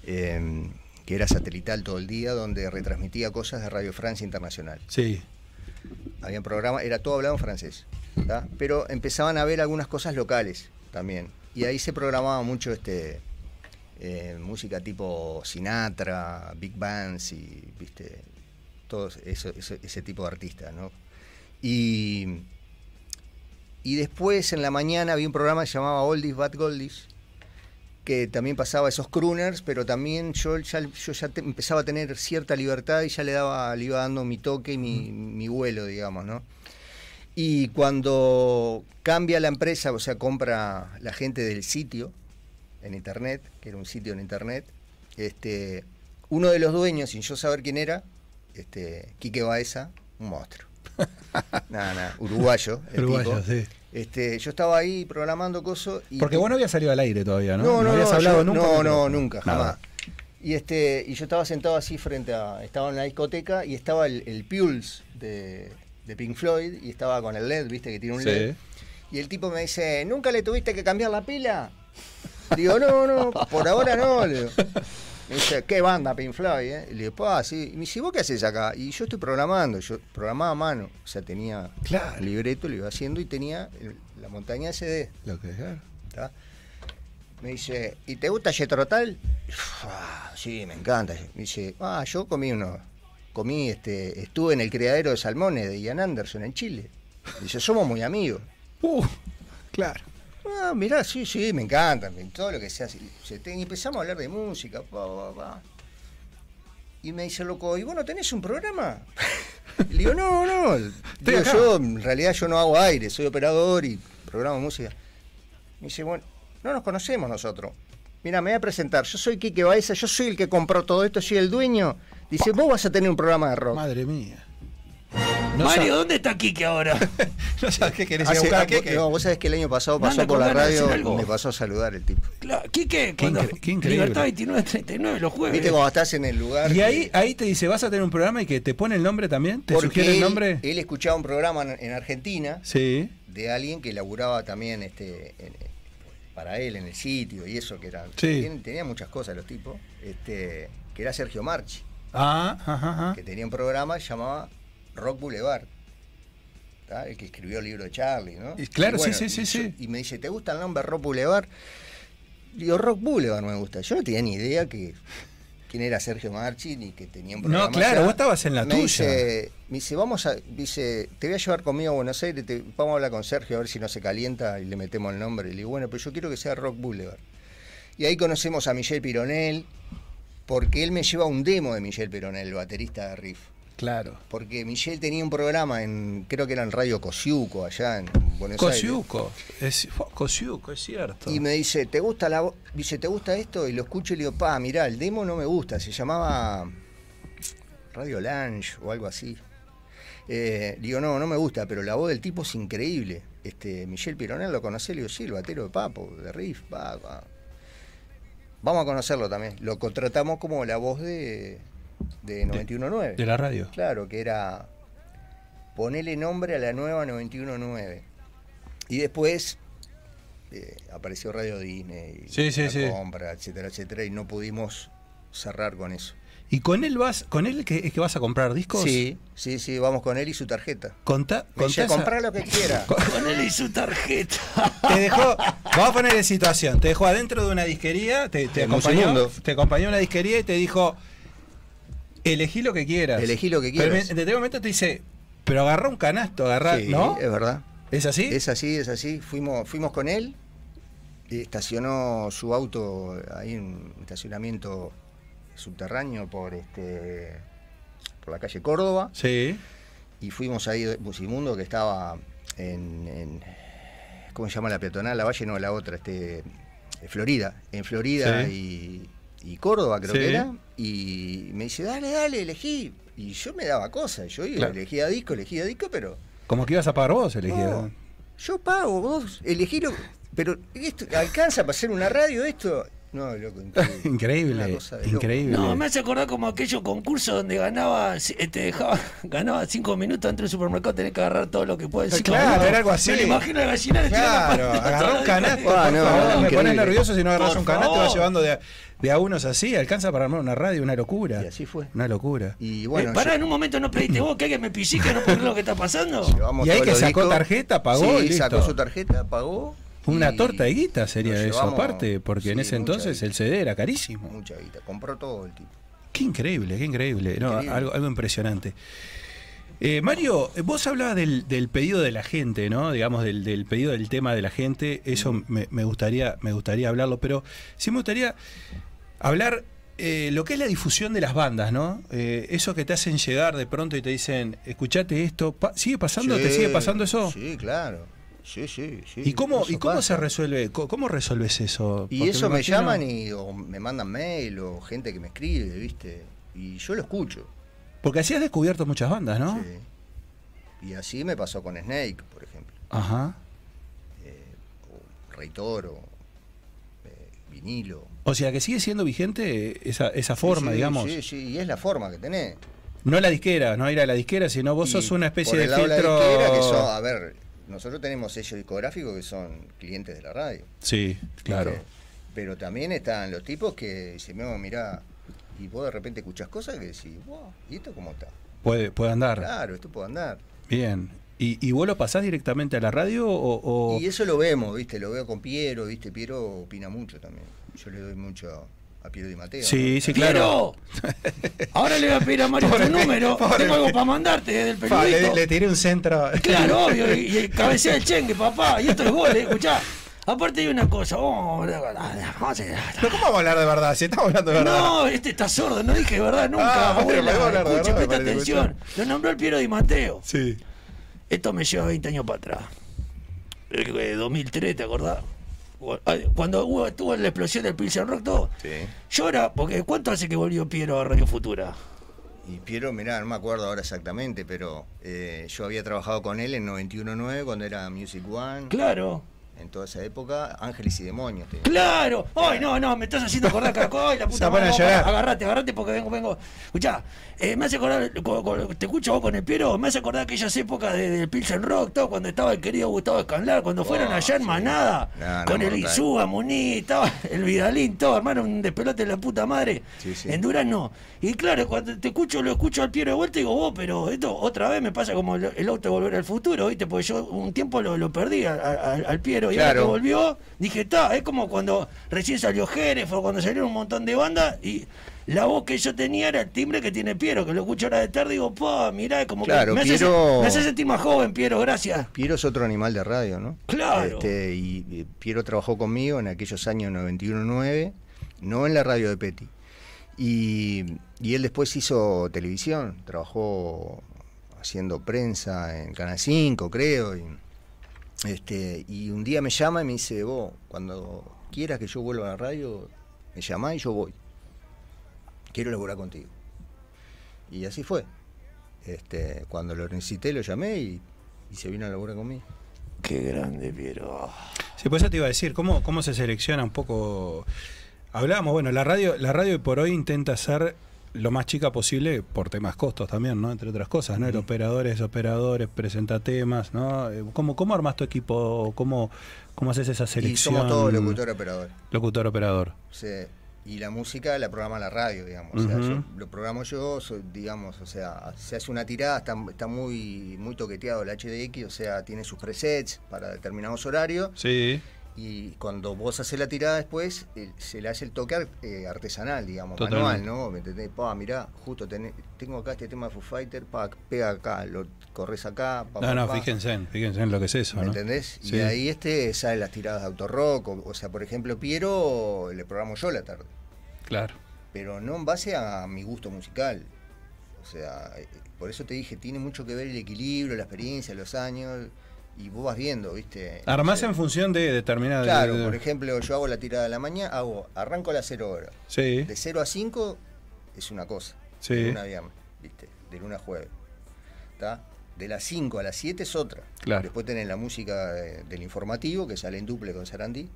eh, que era satelital todo el día, donde retransmitía cosas de Radio Francia Internacional.
Sí.
Había un programa, era todo hablado en francés. ¿tá? Pero empezaban a ver algunas cosas locales también. Y ahí se programaba mucho este eh, música tipo Sinatra, Big Bands y viste todos eso, eso- ese tipo de artistas, ¿no? Y, y después en la mañana había un programa que se llamaba Oldies Bad Goldies, que también pasaba esos crooners, pero también yo ya, yo ya te- empezaba a tener cierta libertad y ya le daba, le iba dando mi toque y mi, mi vuelo, digamos, ¿no? Y cuando cambia la empresa, o sea, compra la gente del sitio en internet, que era un sitio en internet, este, uno de los dueños, sin yo saber quién era, este, Quique Baeza, un
(laughs)
monstruo. nada, nada, uruguayo. el
Uruguayo,
tipo.
sí.
Este, yo estaba ahí programando cosas y
Porque vos no habías salido al aire todavía, ¿no?
no,
habías
no,
hablado
yo-
nunca.
No,
con-
no, nunca, jamás.
Nada.
Y este, y yo estaba sentado así frente a. Estaba en la discoteca y estaba el, el Pulse de, de Pink Floyd y estaba con el LED, viste que tiene un
Sí.
LED. Y el tipo me dice, ¿nunca le tuviste que cambiar la pila? Digo, no, no, por ahora no. le digo. Me dice, ¿qué banda Pink Floyd? eh?" Y le digo, pa, sí. Y me dice, ¿vos qué haces acá? Y yo estoy programando, yo programaba a mano. O sea, tenía
Claro.
el libreto, lo iba haciendo y tenía el- la montaña de CD.
Lo que- claro.
¿tá? Me dice, ¿y te gusta Yetrotal? Ah, sí, me encanta. Me dice, ah, yo comí uno. Comí, este, estuve en el criadero de salmones de Ian Anderson en Chile. Dice, somos muy amigos.
Uh, claro.
Ah, mirá, sí, sí, me encanta, me- todo lo que sea. sí, se te- y empezamos a hablar de música, pa, pa, pa. Y me dice, loco, ¿y vos no tenés un programa? (laughs) Le digo, no, no. Digo,
acá.
yo, en realidad, yo no hago aire, soy operador y programo música. Me dice, bueno, no nos conocemos nosotros. Mira, me voy a presentar. Yo soy Quique Baeza, yo soy el que compró todo esto, soy el dueño. Dice, vos vas a tener un programa de rock.
Madre mía.
Mario, ¿dónde está
(laughs)
Kike ahora?
No sabes qué querés ir a
Hace-
buscar a
ah, vos-
Keke.
no, vos sabés que el año pasado
Manda
pasó por
con
la
ganas de
radio,
decir algo.
me pasó a saludar el tipo.
Claro, Quique, cuando,
incre- qué increíble.
Libertad 2939, los jueves.
Viste cuando estás en el lugar.
Y
que-
ahí, ahí te dice, vas a tener un programa y que te pone el nombre también. ¿Te
Porque
sugiere el
él-
nombre?
Él, escuchaba un programa en, en Argentina
Sí.
de alguien que laburaba también este, en- para él en el sitio y eso que era.
Sí.
Tenía, tenía muchas cosas los tipos. Este, que era Sergio Marchi,
Ah, ajá, ajá.
que tenía un programa que llamaba Rock Boulevard. ¿tá? ¿tá? el que escribió el libro de Charlie, ¿no?
Y claro, sí,
bueno,
sí, sí,
y
sí.
yo- Y me dice, ¿te gusta el nombre Rock Boulevard? Digo, Rock Boulevard me gusta. Yo no tenía ni idea que quién era Sergio Marchi ni que tenía un
No,
programa.
claro,
acá.
vos estabas en la
me
tuya.
Dice, me dice, vamos a, dice, te voy a llevar conmigo a Buenos Aires, te- vamos a hablar con Sergio a ver si no se calienta y le metemos el nombre. Y le digo, bueno, pero yo quiero que sea Rock Boulevard. Y ahí conocemos a Michel Pironel, porque él me lleva un demo de Michel Pironel, el baterista de Riff.
Claro.
Porque Michel tenía un programa en, creo que era en Radio Cosiuco, allá en Buenos Aires.
Cosiuco. Es, fue Cosiuco, es cierto.
Y me dice, ¿te gusta la vo- Dice, ¿te gusta esto? Y lo escucho y le digo, pa, mirá, el demo no me gusta. Se llamaba Radio Lange o algo así. Eh, digo, no, no me gusta, pero la voz del tipo es increíble. Este, Michel Pironel lo conocé, le digo, sí, el batero de Papo, de Riff, pa, pa. Vamos a conocerlo también. Lo contratamos como la voz de, de 91.9.
De la radio.
Claro, que era ponele nombre a la nueva 919. Y después eh, apareció Radio Disney, y
Sí, sí,
la
sí.
compra, etcétera, etcétera, y no pudimos cerrar con eso.
¿Y con él vas, con él que, es que vas a comprar discos?
Sí, sí, sí, vamos con él y su tarjeta.
Contá,
Me
contá
dice,
esa-
Comprá lo
(laughs)
que quiera.
Con él y su tarjeta.
Te dejó, vamos a poner en situación, te dejó adentro de una disquería, te, te
En un
acompañó,
segundo.
te acompañó a una disquería y te dijo, elegí lo que quieras.
Elegí lo que
Pero
quieras.
en determinado momento te dice, pero agarrá un canasto, agarrá,
Sí,
¿no?
Es verdad.
¿Es así?
Es así, es así. Fuimos, fuimos con él, y estacionó su auto ahí en un estacionamiento subterráneo por este por la calle Córdoba.
Sí.
y fuimos ahí de Busimundo que estaba en, en- ¿cómo se llama la peatonal? La Valle no, la otra, este Florida, en Florida y, y Córdoba creo
Sí.
que era y me dice, "Dale, dale, elegí." Y yo me daba cosas, yo iba,
Claro.
elegía disco, elegía disco, pero
Como que ibas a pagar vos, elegí.
no, yo pago, vos elegí lo pero esto alcanza para hacer una radio esto. No, loco, increíble.
(laughs)
Una
increíble,
cosa de loco.
increíble.
No, me hace acordar como aquellos concursos donde ganaba, eh, te dejaba, (laughs) ganaba cinco minutos entre el supermercado, tenés que agarrar todo lo que puedes.
Ah, claro, era algo así.
Me lo imagino al gallinero
Claro,
tirando patatas.
agarrá un canasto.
Ah,
por
no,
favor, (laughs) me
increíble.
pones nervioso si no agarras
Por
un canasto, vas
favor.
llevando de a, de a unos así, alcanza para armar una radio, una locura.
Y así fue.
Una locura.
Y bueno,
Eh, pará,
yo-
en un momento no pediste vos, que alguien me pisique, no por lo que está pasando.
Llevamos
Y ahí
todos
que
los
sacó
discos.
tarjeta, pagó
Sí,
y listo.
sacó su tarjeta, pagó.
Una
y
torta de guita sería
nos
eso,
llevamos-
aparte, porque en
sí,
ese
mucha
entonces
guita,
el CD era carísimo.
Mucha guita, compró todo el tipo.
Qué increíble, qué increíble. No,
Increíble.
Algo, algo impresionante. Eh, Mario, vos hablabas del, del pedido de la gente, ¿no? Digamos, del, del pedido del tema de la gente. Eso me, me gustaría, me gustaría hablarlo, pero sí me gustaría hablar eh, lo que es la difusión de las bandas, ¿no? Eh, eso que te hacen llegar de pronto y te dicen, escuchate esto, pa- ¿sigue pasando? ¿Te
Sí,
sigue pasando eso?
Sí, claro. Sí, sí, sí.
¿Y cómo,
eso
¿y cómo se
pasa.
resuelve? Co- ¿Cómo resolves eso?
Y
Porque
eso me,
imagino-
llaman y o me mandan mail o gente que me escribe, ¿viste? Y yo lo escucho.
Porque así has descubierto muchas bandas, ¿no? Ah.
sí. Y así me pasó con Snake, por ejemplo.
Ajá.
O Rey Toro, eh, vinilo.
O sea que sigue siendo vigente esa, esa forma,
Sí, sí,
digamos.
Sí, sí, y es la forma que tenés.
No la disquera, no ir a la disquera, sino vos
Y
sos una especie
por
de
el lado la
filtro.
disquera, que son- a ver, nosotros tenemos sello discográfico que son clientes de la radio.
Sí, claro.
¿viste? Pero también están los tipos que dicen, "Memo, mirá, y vos de repente escuchás cosas que decís, wow, ¿y esto cómo está?
Puede, puede andar.
Claro, esto puede andar.
Bien. ¿Y, y vos lo pasás directamente a la radio o.? o-
Y eso lo vemos, ¿viste? Lo veo con Piero, ¿viste? Piero opina mucho también. Yo le doy mucho a Piero Di Mateo.
Sí,
¿no?
sí, claro.
Claro.
(laughs)
Ahora le voy a pedir a Mario tu número. Tengo algo para mandarte desde el
Fa,
periódico.
le, le tiré un centro.
Claro, obvio, y, y cabecea el chengue, papá, y esto es gol, ¿eh? escuchá. Aparte hay una cosa, vamos, vamos a-
(laughs) Pero ¿Cómo vamos a hablar de verdad? Si estamos hablando de verdad.
No, este está sordo, no dije de verdad nunca,
Ah, pero me voy a
abuela,
hablar de
escuche,
verdad,
presta
parece,
atención. Lo nombró el Piero Di Mateo.
Sí.
Esto me lleva 20 años para atrás. Eh, 2003, ¿te acordás? ah, Cuando hubo, tuvo la explosión del Pilsen Rock todo.
Sí.
Llora, porque ¿cuánto hace que volvió Piero a Radio Futura?
Y Piero, mirá, no me acuerdo ahora exactamente, pero eh, yo había trabajado con él en 91.9 cuando era Music One.
Claro.
en toda esa época, Ángeles y Demonios. tenía.
¡Claro! ¡Ay, no, no! Me estás haciendo acordar Caracol, ay, la
Se
puta
van a
madre! no,
llorar.
agarrate, agarrate porque vengo, vengo. Escuchá, eh, me hace acordar, co- co- te escucho vos con el Piero, me hace acordar aquellas épocas de- del Pilsen Rock, todo, cuando estaba el querido Gustavo Escanlar, cuando fueron allá en Manada,
No, no,
con el
mortal.
Izúa, Muní, estaba el Vidalín, todo, hermano, un despelote de la puta madre.
Sí, sí.
En Durán no. Y claro, cuando te escucho, lo escucho al Piero de vuelta y digo, vos, pero esto otra vez me pasa como el, el auto de volver al futuro, ¿viste? Porque yo un tiempo lo, lo perdí a- a- al Piero y ahora que
Claro.
volví volvió, dije, está, es como cuando recién salió Jerez, o cuando salieron un montón de bandas y la voz que yo tenía era el timbre que tiene Piero, que lo escucho ahora de tarde y digo, pa, mirá, como
Claro,
que me, hace,
Piero-
me hace sentir más joven, Piero, gracias.
Piero es otro animal de radio, ¿no?
Claro.
Este, y eh, Piero trabajó conmigo en aquellos años 91-9, no en la radio de Petty. Y, y él después hizo televisión, trabajó haciendo prensa en Canal 5, creo. Y, este, y un día me llama y me dice, vos, cuando quieras que yo vuelva a la radio, me llamás y yo voy. Quiero laburar contigo. Y así fue. Este, cuando lo necesité, lo llamé y, y se vino a laburar conmigo.
Qué grande, Piero.
Sí, pues eso te iba a decir, ¿cómo, cómo se selecciona un poco? Hablábamos, bueno, la radio, la radio por hoy intenta ser lo más chica posible por temas costos también, ¿no? Entre otras cosas, ¿no? El operador es operadores, presenta temas, ¿no? Eh, ¿Cómo, cómo armas tu equipo? ¿Cómo, cómo haces esa
Y
selección?
somos todos locutores operadores.
Locutor operador.
O sea, y la música la programa la radio, digamos. O sea,
Ujú.
yo- lo programo yo, soy- digamos, o sea, se hace una tirada, está, está muy, muy toqueteado el HDX, o sea, tiene sus presets para determinados horarios.
Sí.
Y cuando vos haces la tirada después, eh, se le hace el toque ar- eh, artesanal, digamos,
Totalmente.
manual, ¿no? ¿Me entendés? Pa, mirá, justo tené- tengo acá este tema de Foo Fighter, pa, pega acá, lo corres acá, pa,
No,
pa,
no,
pa.
fíjense, en- fíjense en lo que es eso,
¿Me
¿no?
entendés? Y
Sí.
de ahí este salen las tiradas de autorrock. O, o sea, por ejemplo, Piero le programo yo la tarde.
Claro.
Pero no en base a mi gusto musical. O sea, eh, por eso te dije, tiene mucho que ver el equilibrio, la experiencia, los años. Y vos vas viendo, ¿viste?
Armás
Entonces,
en función de determinada...
Claro, por ejemplo, yo hago la tirada de la mañana, hago, arranco a las 0 horas.
Sí,
De 0 a 5 es una cosa.
Sí.
De luna a viernes, ¿viste? De luna a jueves. ¿Tá? De las 5 a las 7 es otra.
Claro.
Después tenés la música de- del informativo, que sale en duple con Sarandí.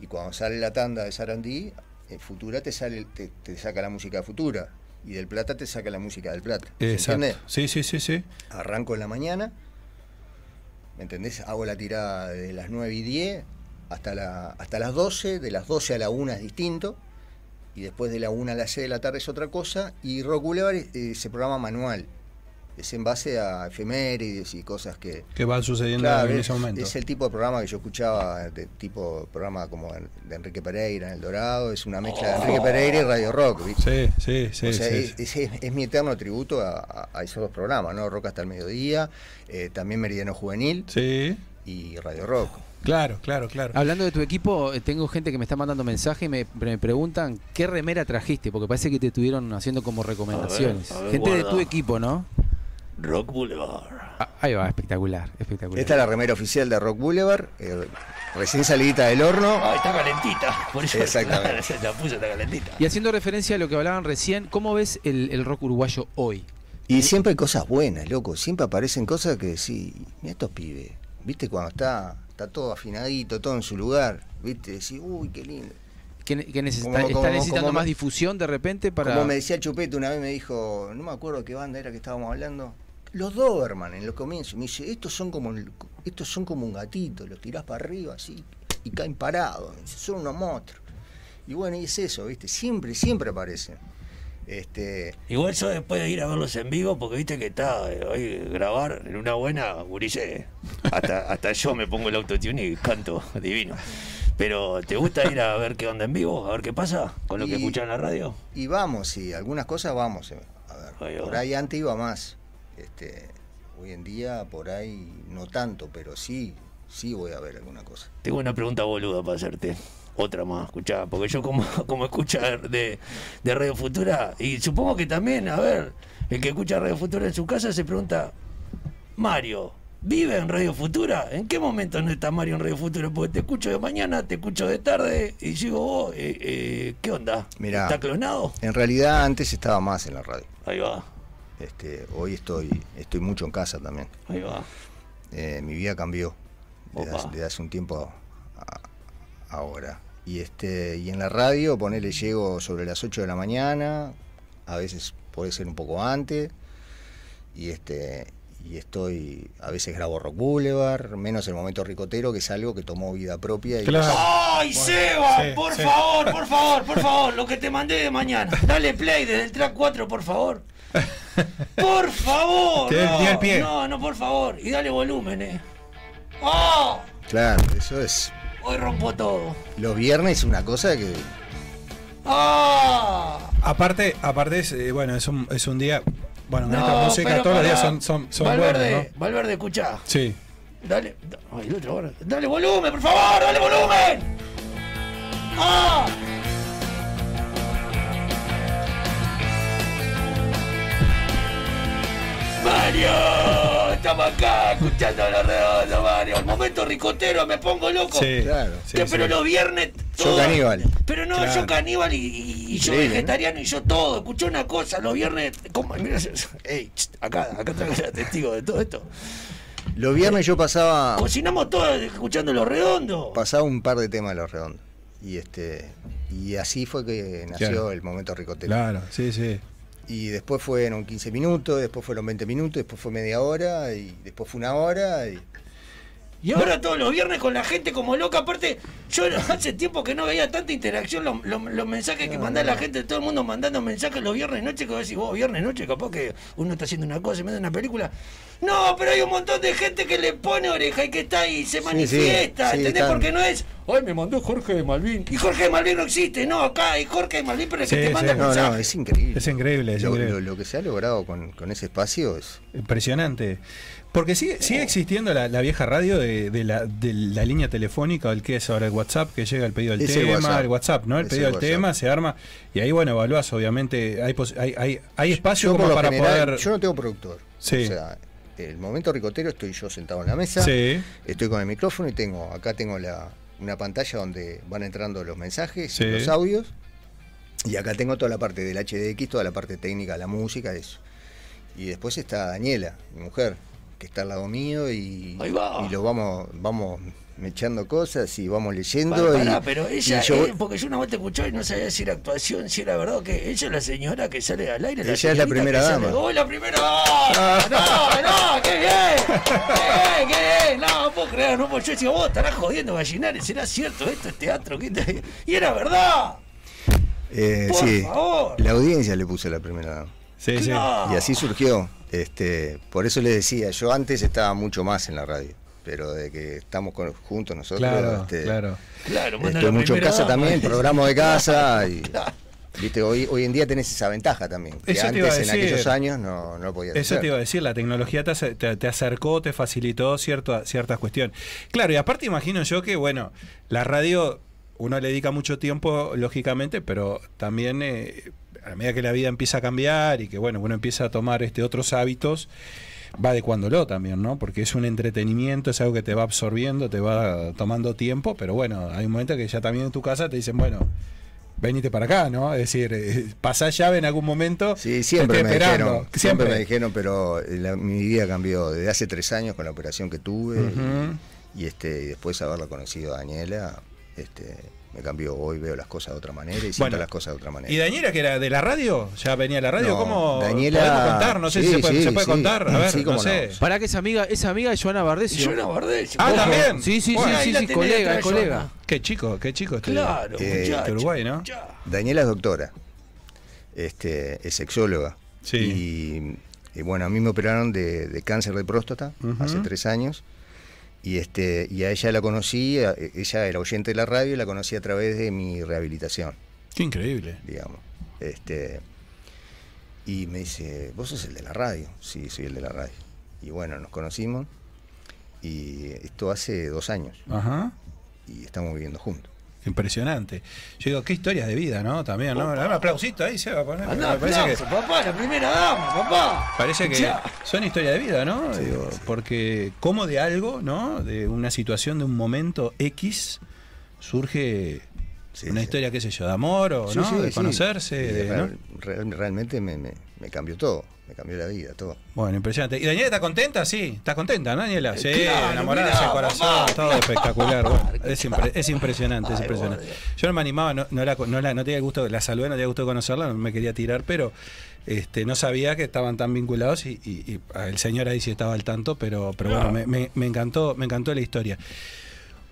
Y cuando sale la tanda de Sarandí, en Futura te, sale, te, te saca la música de Futura. Y del Plata te saca la música del Plata. ¿Se
exacto.
entiende?
Sí, sí, sí, sí.
Arranco en la mañana, ¿me entendés? Hago la tirada de las 9 y 10 hasta, la, hasta las 12, de las 12 a la 1 es distinto, y después de la 1 a las 6 de la tarde es otra cosa, y Rock Boulevard eh, se programa manual, es en base a efemérides y cosas que...
Que van sucediendo
Claro,
en
es,
ese momento.
es el tipo de programa que yo escuchaba, de tipo programa como el de Enrique Pereira en El Dorado, es una mezcla de
Oh.
Enrique Pereira y Radio Rock, ¿viste?
Sí, sí, sí.
o sea,
sí,
es,
sí.
es- es mi eterno tributo a, a- a esos dos programas, ¿no? Rock hasta el mediodía, eh, también Meridiano Juvenil
Sí,
y Radio Rock.
claro, claro, claro.
Hablando de tu equipo, eh, tengo gente que me está mandando mensaje y me, me preguntan qué remera trajiste, porque parece que te estuvieron haciendo como recomendaciones.
A ver, a ver,
gente de
guarda.
tu equipo, ¿no?
Rock Boulevard.
Ah, ahí va, espectacular, espectacular.
Esta es la remera oficial de Rock Boulevard, eh, recién salidita del horno.
Ah, está calentita, por eso
Exactamente.
(laughs) se la puse, está calentita.
Y haciendo referencia a lo que hablaban recién, ¿cómo ves el, el rock uruguayo hoy?
Y siempre hay cosas buenas, loco. Siempre aparecen cosas que decís, mira estos pibes. ¿Viste cuando está, está todo afinadito, todo en su lugar? ¿Viste? Decís, uy, qué lindo.
¿Que, ne- que necesita-
Como-
está
como-
necesitando
como-
más difusión de repente para...?
Como me decía Chupete una vez, me dijo, no me acuerdo qué banda era que estábamos hablando. Los Doberman en los comienzos. Me dice, estos son como el- estos son como un gatito, los tirás para arriba así y caen parados. Me dice, son unos monstruos. Y bueno, y es eso, ¿viste? Siempre, siempre aparecen. Este,
Igual yo después de ir a verlos en vivo, porque viste que está eh, hoy grabar en una buena, gurice, hasta, (laughs) hasta yo me pongo el autotune y canto divino. Pero, ¿te gusta ir a ver qué onda en vivo? A ver qué pasa con lo que
Y-
escuchan en la radio.
y vamos, sí, algunas cosas vamos. eh. A ver,
Ahí va.
por ahí antes iba más. Este, hoy en día, por ahí, no tanto, pero sí, sí voy a ver alguna cosa.
Tengo una pregunta boluda para hacerte. Otra más, escuchá, porque yo como, (laughs) como escucha de, de Radio Futura, y supongo que también, a ver, el que escucha Radio Futura en su casa se pregunta, Mario, ¿vive en Radio Futura? ¿En qué momento no está Mario en Radio Futura? Porque te escucho de mañana, te escucho de tarde, y digo, vos, eh, eh, ¿qué onda?
Mirá.
¿Está clonado?
En realidad, antes estaba más en la radio.
Ahí va,
Este, hoy estoy, estoy mucho en casa también.
ahí va.
Eh, mi vida cambió desde
Opa.
hace, desde hace un tiempo a- ahora. Y este y en la radio, ponele, llego sobre las 8 de la mañana, a veces puede ser un poco antes. Y este y estoy, a veces grabo Rock Boulevard, menos el momento ricotero, que es algo que tomó vida propia. Y
¡Ay, Seba!
sí,
por
sí.
favor, por favor, por favor, lo que te mandé de mañana. Dale play desde el track 4,
(laughs)
por favor. ¡Por favor!
Te
no,
dio el pie.
no, no, por favor. Y dale volumen, eh. ¡Oh!
Claro, eso es.
Hoy rompo todo.
Los viernes una cosa que
¡Ah!
Aparte, aparte es, eh, bueno, es un, es un día. Bueno, con esta
No,
música
pero
todos los
pará.
días son, son, son
Valverde,
buenos, ¿no?
Valverde, escuchá.
Sí.
Dale. da- Ay, el otro ahora. Dale volumen, por favor, dale volumen. ¡Ah! Mario, estamos acá escuchando a los redondos, Mario. El momento ricotero, me pongo loco.
Sí.
Claro.
sí,
Que-
sí.
pero los viernes.
Yo
todo.
caníbal.
Pero no,
Claro.
yo caníbal y, y- y yo
Increíble,
vegetariano y yo todo. Escuchó una cosa, los viernes. ¿cómo? Mirá, ey, chst, acá, acá traigo la testigo de todo esto.
los viernes yo pasaba
Cocinamos todo escuchando los redondos.
pasaba un par de temas a los redondos. Y este y así fue que nació
Claro.
el momento ricotero.
Claro, sí, sí.
Y después fueron 15 minutos, después fueron 20 minutos, después fue media hora y después fue una hora y
Y ahora todos los viernes con la gente como loca. Aparte, yo (laughs) hace tiempo que no veía tanta interacción. Los, los- los mensajes que manda la gente, todo el mundo mandando mensajes los viernes noche. Que vos decís, vos, viernes noche, capaz que uno está haciendo una cosa y manda una película. No, pero hay un montón de gente que le pone oreja y que está ahí y se manifiesta.
sí,
¿Entendés?
están-
Porque no es. Ay, me mandó Jorge de Malvin. Y Jorge de Malvin no existe. No, acá hay Jorge de Malvin, pero es
Sí,
que te
sí.
manda
no,
mensajes.
no, es increíble.
Es increíble, es
Lo,
increíble.
lo- lo que se ha logrado con, con ese espacio es
Impresionante. Porque sigue,
Oh.
sigue existiendo la, la vieja radio de, de la, de la línea telefónica, o el que es ahora el WhatsApp, que llega el pedido del
Es el
tema, el WhatsApp,
WhatsApp.
¿no? El
Es
pedido
el
del
WhatsApp.
tema, se arma. Y ahí, bueno, evaluás, obviamente. Hay, pos- hay, hay, hay espacio
Yo, por
como
lo
para
general,
poder.
Yo no tengo productor.
Sí.
O sea, el momento ricotero estoy yo sentado en la mesa,
Sí.
estoy con el micrófono y tengo, acá tengo la, una pantalla donde van entrando los mensajes,
Sí.
y los audios, y acá tengo toda la parte del HDX, toda la parte técnica, la música, eso. Y después está Daniela, mi mujer, que está al lado mío y,
Ahí va.
y lo vamos, vamos echando cosas y vamos leyendo.
Pará,
y-
pará, pero
y
ella,
yo-
eh, porque yo una vez te escuché y no sabía si era actuación, si era verdad o que ella es la señora que sale al aire.
Ella es la
señorita
primera
que
dama. Ah.
Sale, ¡Oh, la primera! dama! ¡No, no! ¡Qué bien! ¡Qué bien, qué bien! No, no puedo creer, no puedo. Yo decía, vos estarás jodiendo gallinares, ¿será cierto esto, es teatro? ¿Qué te- Y era verdad.
eh,
Por
sí,
favor.
la audiencia le puse la primera dama.
Sí, sí.
Claro.
Y así surgió. Este, por eso les decía, yo antes estaba mucho más en la radio, pero de que estamos con- juntos nosotros,
Claro,
este,
claro.
Claro, manda
estoy
la
mucho en
primera
casa
dama.
también, programa de
(laughs)
casa y viste, hoy, hoy en día tenés esa ventaja también. Que
Eso te
antes
iba a
en
decir.
aquellos años no, no podía
Eso
hacer.
te iba a decir, la tecnología te, ace- te- te acercó, te facilitó cierto, ciertas cuestiones. Claro, y aparte imagino yo que, bueno, la radio uno le dedica mucho tiempo, lógicamente, pero también eh, a medida que la vida empieza a cambiar y que, bueno, uno empieza a tomar este, otros hábitos, va adecuándolo también, ¿no? Porque es un entretenimiento, es algo que te va absorbiendo, te va tomando tiempo, pero bueno, hay un momento que ya también en tu casa te dicen, bueno... Venite para acá, ¿no? Es decir, eh, pasá llave en algún momento. te
Sí, siempre
estoy
me
esperando.
dijeron, siempre. me dijeron, pero eh, la- mi vida cambió desde hace tres años con la operación que tuve
Ujú.
y, y, este, y después haberla conocido a Daniela, este, me cambió. Hoy veo las cosas de otra manera y siento
Bueno,
las cosas de otra manera.
¿Y Daniela, que era de la radio? ¿Ya venía a la radio?
No,
¿Cómo
Daniela-
podemos contar? No sé si
Sí,
se puede,
sí,
se puede
sí.
contar. A ver,
Sí,
no
cómo
sé.
no.
Para que esa amiga, esa amiga de Joana
Y
Bardesio.
yo la guardé. si
Ah,
vos-
también.
Sí, sí,
Bueno,
ahí
sí,
la
sí, sí,
tenés
colega,
detrás,
es colega.
Joana.
Qué chico, qué chico este.
Claro,
Eh,
muchacho,
Uruguay, ¿no?
muchacho.
Daniela es doctora, este, es sexóloga.
Sí.
Y, y bueno, a mí me operaron de, de cáncer de próstata
Ujú.
hace tres años. Y, este, y a ella la conocí, a- ella era oyente de la radio y la conocí a través de mi rehabilitación,
Qué increíble.
digamos. Este, y me dice, vos sos el de la radio. Sí, soy el de la radio. Y bueno, nos conocimos y esto hace dos años
Ajá.
y estamos viviendo juntos.
Impresionante. Yo digo, qué historias de vida, ¿no? También, ¿no? Un aplausito ahí se va a poner.
Andá,
Me parece que,
aplauso, papá, la primera dama, papá.
parece que
Ya.
son historias de vida, ¿no? Digo, Porque como de algo, ¿no? De una situación, de un momento X, surge
Sí,
una
sí.
historia, qué sé yo, de amor o
Sí,
no,
sí,
de
sí.
conocerse.
Y
de- ¿no?
real- real- realmente me, me- me cambió todo, me cambió la vida, todo.
Bueno, impresionante. ¿Y Daniela está contenta? Sí, ¿estás contenta, Daniela? Sí,
claro,
enamorada
mirá,
de ese corazón,
papá,
todo espectacular. bueno. es, impre- es impresionante, es impresionante. Yo no me animaba, no, no, la, no, la- no tenía el gusto, la saludé, no tenía el gusto de conocerla, no me quería tirar, pero este, no sabía que estaban tan vinculados y, y- y el señor ahí sí estaba al tanto, pero, pero bueno, me, me- me encantó, me encantó la historia.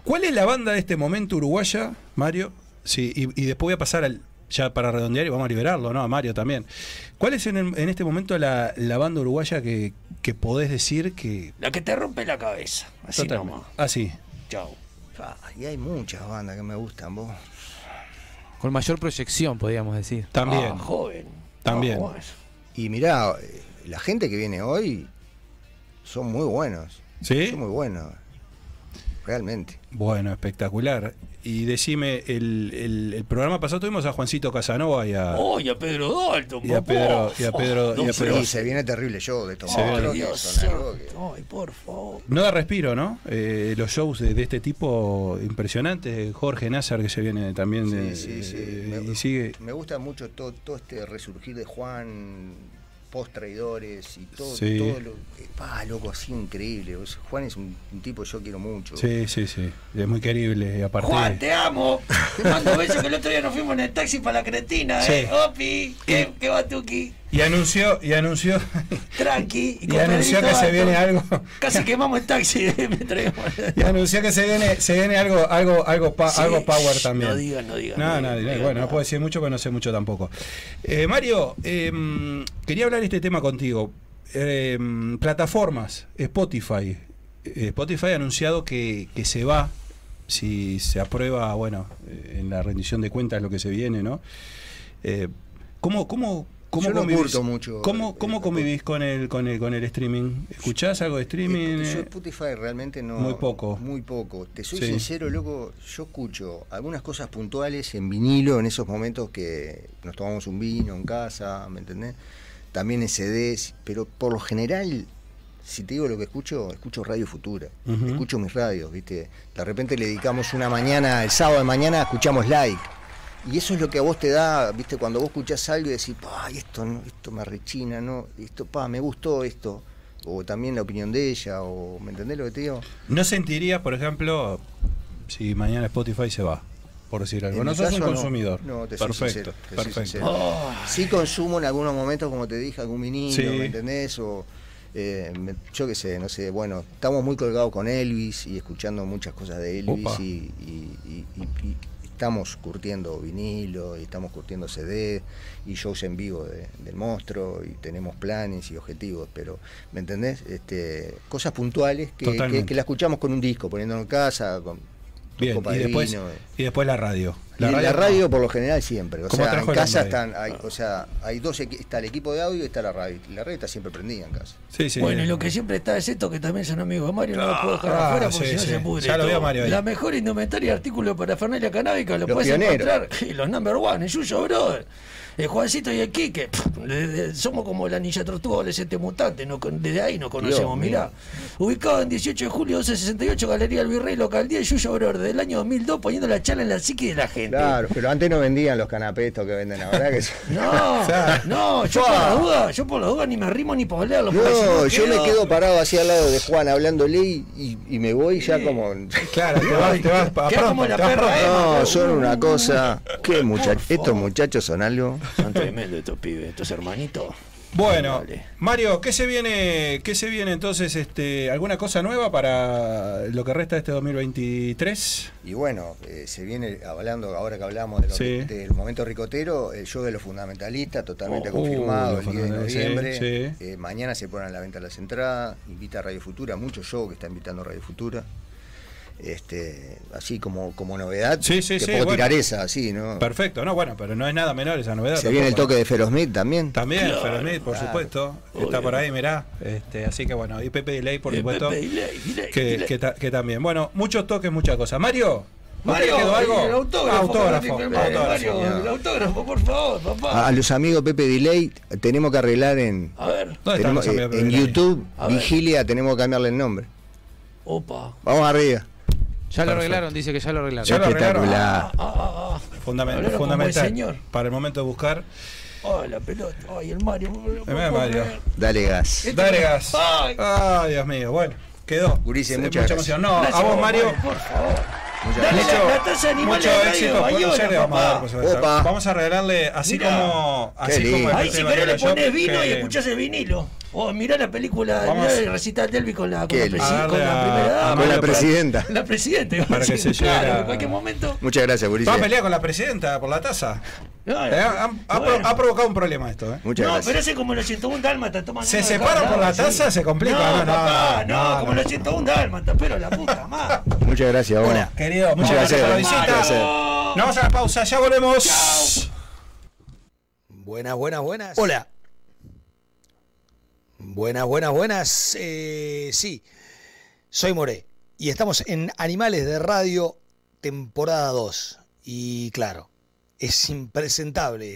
¿Cuál es la banda de este momento uruguaya, Mario? Sí, y, y después voy a pasar al. Ya para redondear y vamos a liberarlo, ¿no? A Mario también. ¿Cuál es en, el- en este momento la, la banda uruguaya que, que podés decir que.
La que te rompe la cabeza. Así
Totalmente.
nomás.
Ah, sí.
Chau.
Ah, Y hay muchas bandas que me gustan, vos.
Con mayor proyección, podríamos decir.
También.
Ah, joven.
También.
Ah, bueno.
Y mirá, eh, la gente que viene hoy son muy buenos,
¿Sí?
son muy buenos, realmente.
Bueno, espectacular. Y decime, el, el- el programa pasado tuvimos a Juancito Casanova y a.
Oh, y a Pedro Dalton,
Ah. Y a
papá.
Pedro- y a Pedro-
Oh,
y a
dos
Pedro-
Y
horas.
se viene terrible show de estos
Se viene-
Ay,
monstruos que
Dios
son algo que-
santo. Ay, por favor.
No da respiro, ¿no? Eh, los shows de, de este tipo impresionantes. Jorge Nazar que se viene también.
Sí,
eh,
sí, sí.
eh,
Me,
y sigue.
me gusta mucho todo, todo este resurgir de Juan, post traidores y todo,
Sí.
todo lo. eh, pa, loco, así increíble. O sea, Juan es un, un tipo que yo quiero mucho.
Sí, sí, sí. Es muy querible. y Aparte.
Juan, te amo. Te mando besos que el otro día nos fuimos en el taxi para la cretina,
Sí.
¿eh? Opi, qué, qué batuqui.
Y anunció, y anunció, (laughs)
Tranqui.
y
con
anunció
Pedrito
que se
Dalton.
viene algo.
Casi quemamos el taxi. (laughs) me traemos.
Y anunció que se viene, se viene algo, algo, algo, pa-
Sí,
algo power
shh,
también.
No digas, no digas.
No,
digas,
no, no,
digas
bueno, no
nada.
puedo decir mucho, pero no sé mucho tampoco. Eh, Mario, em, quería hablar de este tema contigo. Em, plataformas, Spotify. Eh, Spotify ha anunciado que, que se va, si se aprueba, bueno, eh, en la rendición de cuentas lo que se viene, ¿no? Eh, ¿Cómo, cómo, cómo
Yo no
convivís-
curto mucho
¿Cómo,
el-
cómo
el-
convivís con el, con el, con el streaming? ¿Escuchás algo de streaming?
Eh, Yo
Eh,
Spotify realmente no.
muy poco.
Muy poco. Te soy
Sí.
sincero, loco. Yo escucho algunas cosas puntuales en vinilo en esos momentos que nos tomamos un vino en casa, ¿me entendés? También en CDs, pero por lo general, si te digo lo que escucho, escucho Radio Futura.
Ujú.
Escucho mis radios, ¿viste? De repente le dedicamos una mañana, el sábado de mañana, escuchamos like. Y eso es lo que a vos te da, viste, cuando vos escuchás algo y decís, pa, esto, no, esto me rechina, no, esto, pa, me gustó esto. O también la opinión de ella, o, ¿me entendés lo que te digo?
¿No sentirías, por ejemplo, si mañana Spotify se va? Por decir algo.
En
No
mi
sos
caso,
un consumidor.
No, te soy
perfecto,
sincero, te soy
perfecto.
sincero. Sí consumo en algunos momentos, como te dije, algún vinilo,
Sí.
¿me entendés? O, eh, me- yo qué sé, no sé, bueno, estamos muy colgados con Elvis y escuchando muchas cosas de Elvis
Opa.
y, y- y- y- y estamos curtiendo vinilo y estamos curtiendo CD y shows en vivo de- del monstruo y tenemos planes y objetivos, pero, ¿me entendés? Este, cosas puntuales que, que-
Totalmente.
que la escuchamos con un disco, poniéndonos en casa, con
Bien,
copa
y
de
después,
vino, eh.
y después la radio.
La radio, la radio por lo general siempre. O
¿Cómo
sea, en
trajo el
casa
hombre?
están, hay, o sea, hay dos equi- está el equipo de audio y está la radio. La radio está siempre prendida en casa.
Sí, sí.
Bueno, y lo que siempre está es esto que también son amigos de Mario, no lo puedo dejar
claro,
afuera porque
sí,
si no
sí.
se pudre.
Ya lo veo a
todo.
Mario ahí.
La mejor indumentaria y artículo para Fernalia Canábica lo
Los
puedes
pioneros.
encontrar. (laughs) y Los number one, el Yuyo Brother, el Juancito y el Quique. pff, de- de- somos como la ninja tortuga adolescente mutante, no, con- desde ahí nos conocemos,
Dios
mirá. Ubicado en 18 de julio 1268, Galería El Virrey, local 10, Yuyo Brother, del año 2002, poniendo la charla en la psique de la gente.
Claro, pero antes no vendían los canapés estos que venden ahora. Que...
No, no, yo por la
Fua.
duda, yo por la duda ni me arrimo ni para hablarlo. porque si
(laughs) no, (laughs) yo me
quedo-
quedo parado así al lado de Juan hablándole y, y- y me voy ya como. (laughs)
Claro, te vas, te vas pa-
Queda como
pronto,
la
te vas
perra,
pronto.
eh.
No, son una cosa. ¿Qué muchachos? Estos muchachos son algo.
Son tremendos estos pibes, estos hermanitos.
Bueno,
Dale.
Mario, ¿qué se viene? ¿Qué se viene entonces? Este, ¿Alguna cosa nueva para lo que resta de este 2023?
Y bueno, eh, se viene hablando, ahora que hablamos de lo-
Sí.
del momento ricotero, el show de los fundamentalistas, totalmente
Oh,
confirmado,
los
el 10 de
fundamentalistas,
noviembre.
sí,
Eh, mañana se ponen a la venta las entradas, invita a Radio Futura, muchos shows que está invitando Radio Futura. Este, así como, como novedad,
Sí, sí,
te
sí,
puedo
bueno.
tirar esa, así, ¿no?
Perfecto, no, bueno, pero no es nada menor esa novedad.
Ah. se viene el
tampoco, ¿eh?
toque de Ferosmith también.
También,
Claro,
Fernet, por
claro.
supuesto. Está
Obvio.
por ahí, mirá. Este, así que bueno, y Pepe Delay, por
Eh,
supuesto.
Pepe, dile, dile,
Que,
dile.
que ta- que también. Bueno, muchos toques, muchas cosas. Mario, ¿no te
Mario,
quedó algo?
el autógrafo.
Ah, Autógrafo,
Mario,
autógrafo. Ah.
Mario,
señor.
el autógrafo, por favor, papá.
A, a los amigos Pepe Delay tenemos que arreglar en,
A ver,
¿Dónde están
tenemos-
los amigos
eh,
de
en
Pepe Delay?
YouTube,
A ver.
Vigilia, tenemos que cambiarle el nombre.
opa.
Vamos arriba.
Ya lo arreglaron, dice que ya lo arreglaron.
Ya lo arreglaron.
Espectacular.
Ah, ah, ah.
Fundamental,
Hablaron como el
fundamental
señor.
para el momento de buscar.
Oh, la pelota. Ay, el Mario. no lo
Tremendo,
puedo
Mario.
creer.
Dale gas.
Dale gas.
Este Ay.
Ay, Dios mío, bueno, quedó.
Gurises,
Sí,
muchas gracias.
emoción. No,
Gracias
a vos,
vos,
Mario.
Mario, por favor.
Muchas
Dale
gracias.
la plata a ese animal
Mucho
de radio,
éxito, por
Bayona,
ya le vamos a dar, pues, por
papá.
supuesto.
Opa.
Vamos a regalarle, así
Mirá.
como. Así
lindo.
como el
Ahí
Martín
si
Manuel
querés le
Ayop,
pones vino y
que-
escuchás el vinilo. O mirá la película,
Vamos.
mirá el recital del con la, con la,
Qué
presi-
lindo.
con la primera
Ah,
dama.
Con la
Mario,
presidenta.
La presidenta. iba a
Para que
decir,
se lleve
claro,
la-
En cualquier momento.
Muchas gracias,
Estaba
Gurises.
peleada con la presidenta por la taza.
Ay,
Eh, ha, ha- ha pro-
bueno.
ha provocado un problema esto, ¿eh?
Muchas
no,
gracias.
pero ese es como los 101 dálmatas. Toman
¿Se
uno de
separan
cada
por la
lado,
taza? Se complica,
No,
no, no,
papá,
no,
no,
no,
como
no.
los 101 dálmatas, pero la puta madre.
Muchas gracias, Bona.
Querido, muchas
Un
gracias por la
placer, un placer.
visita. Nos vamos a la pausa, ya volvemos.
Buenas, buenas, buenas.
Hola.
Buenas, buenas, buenas. Eh, sí, soy More y estamos en Animales de Radio, temporada 2. Y claro, es impresentable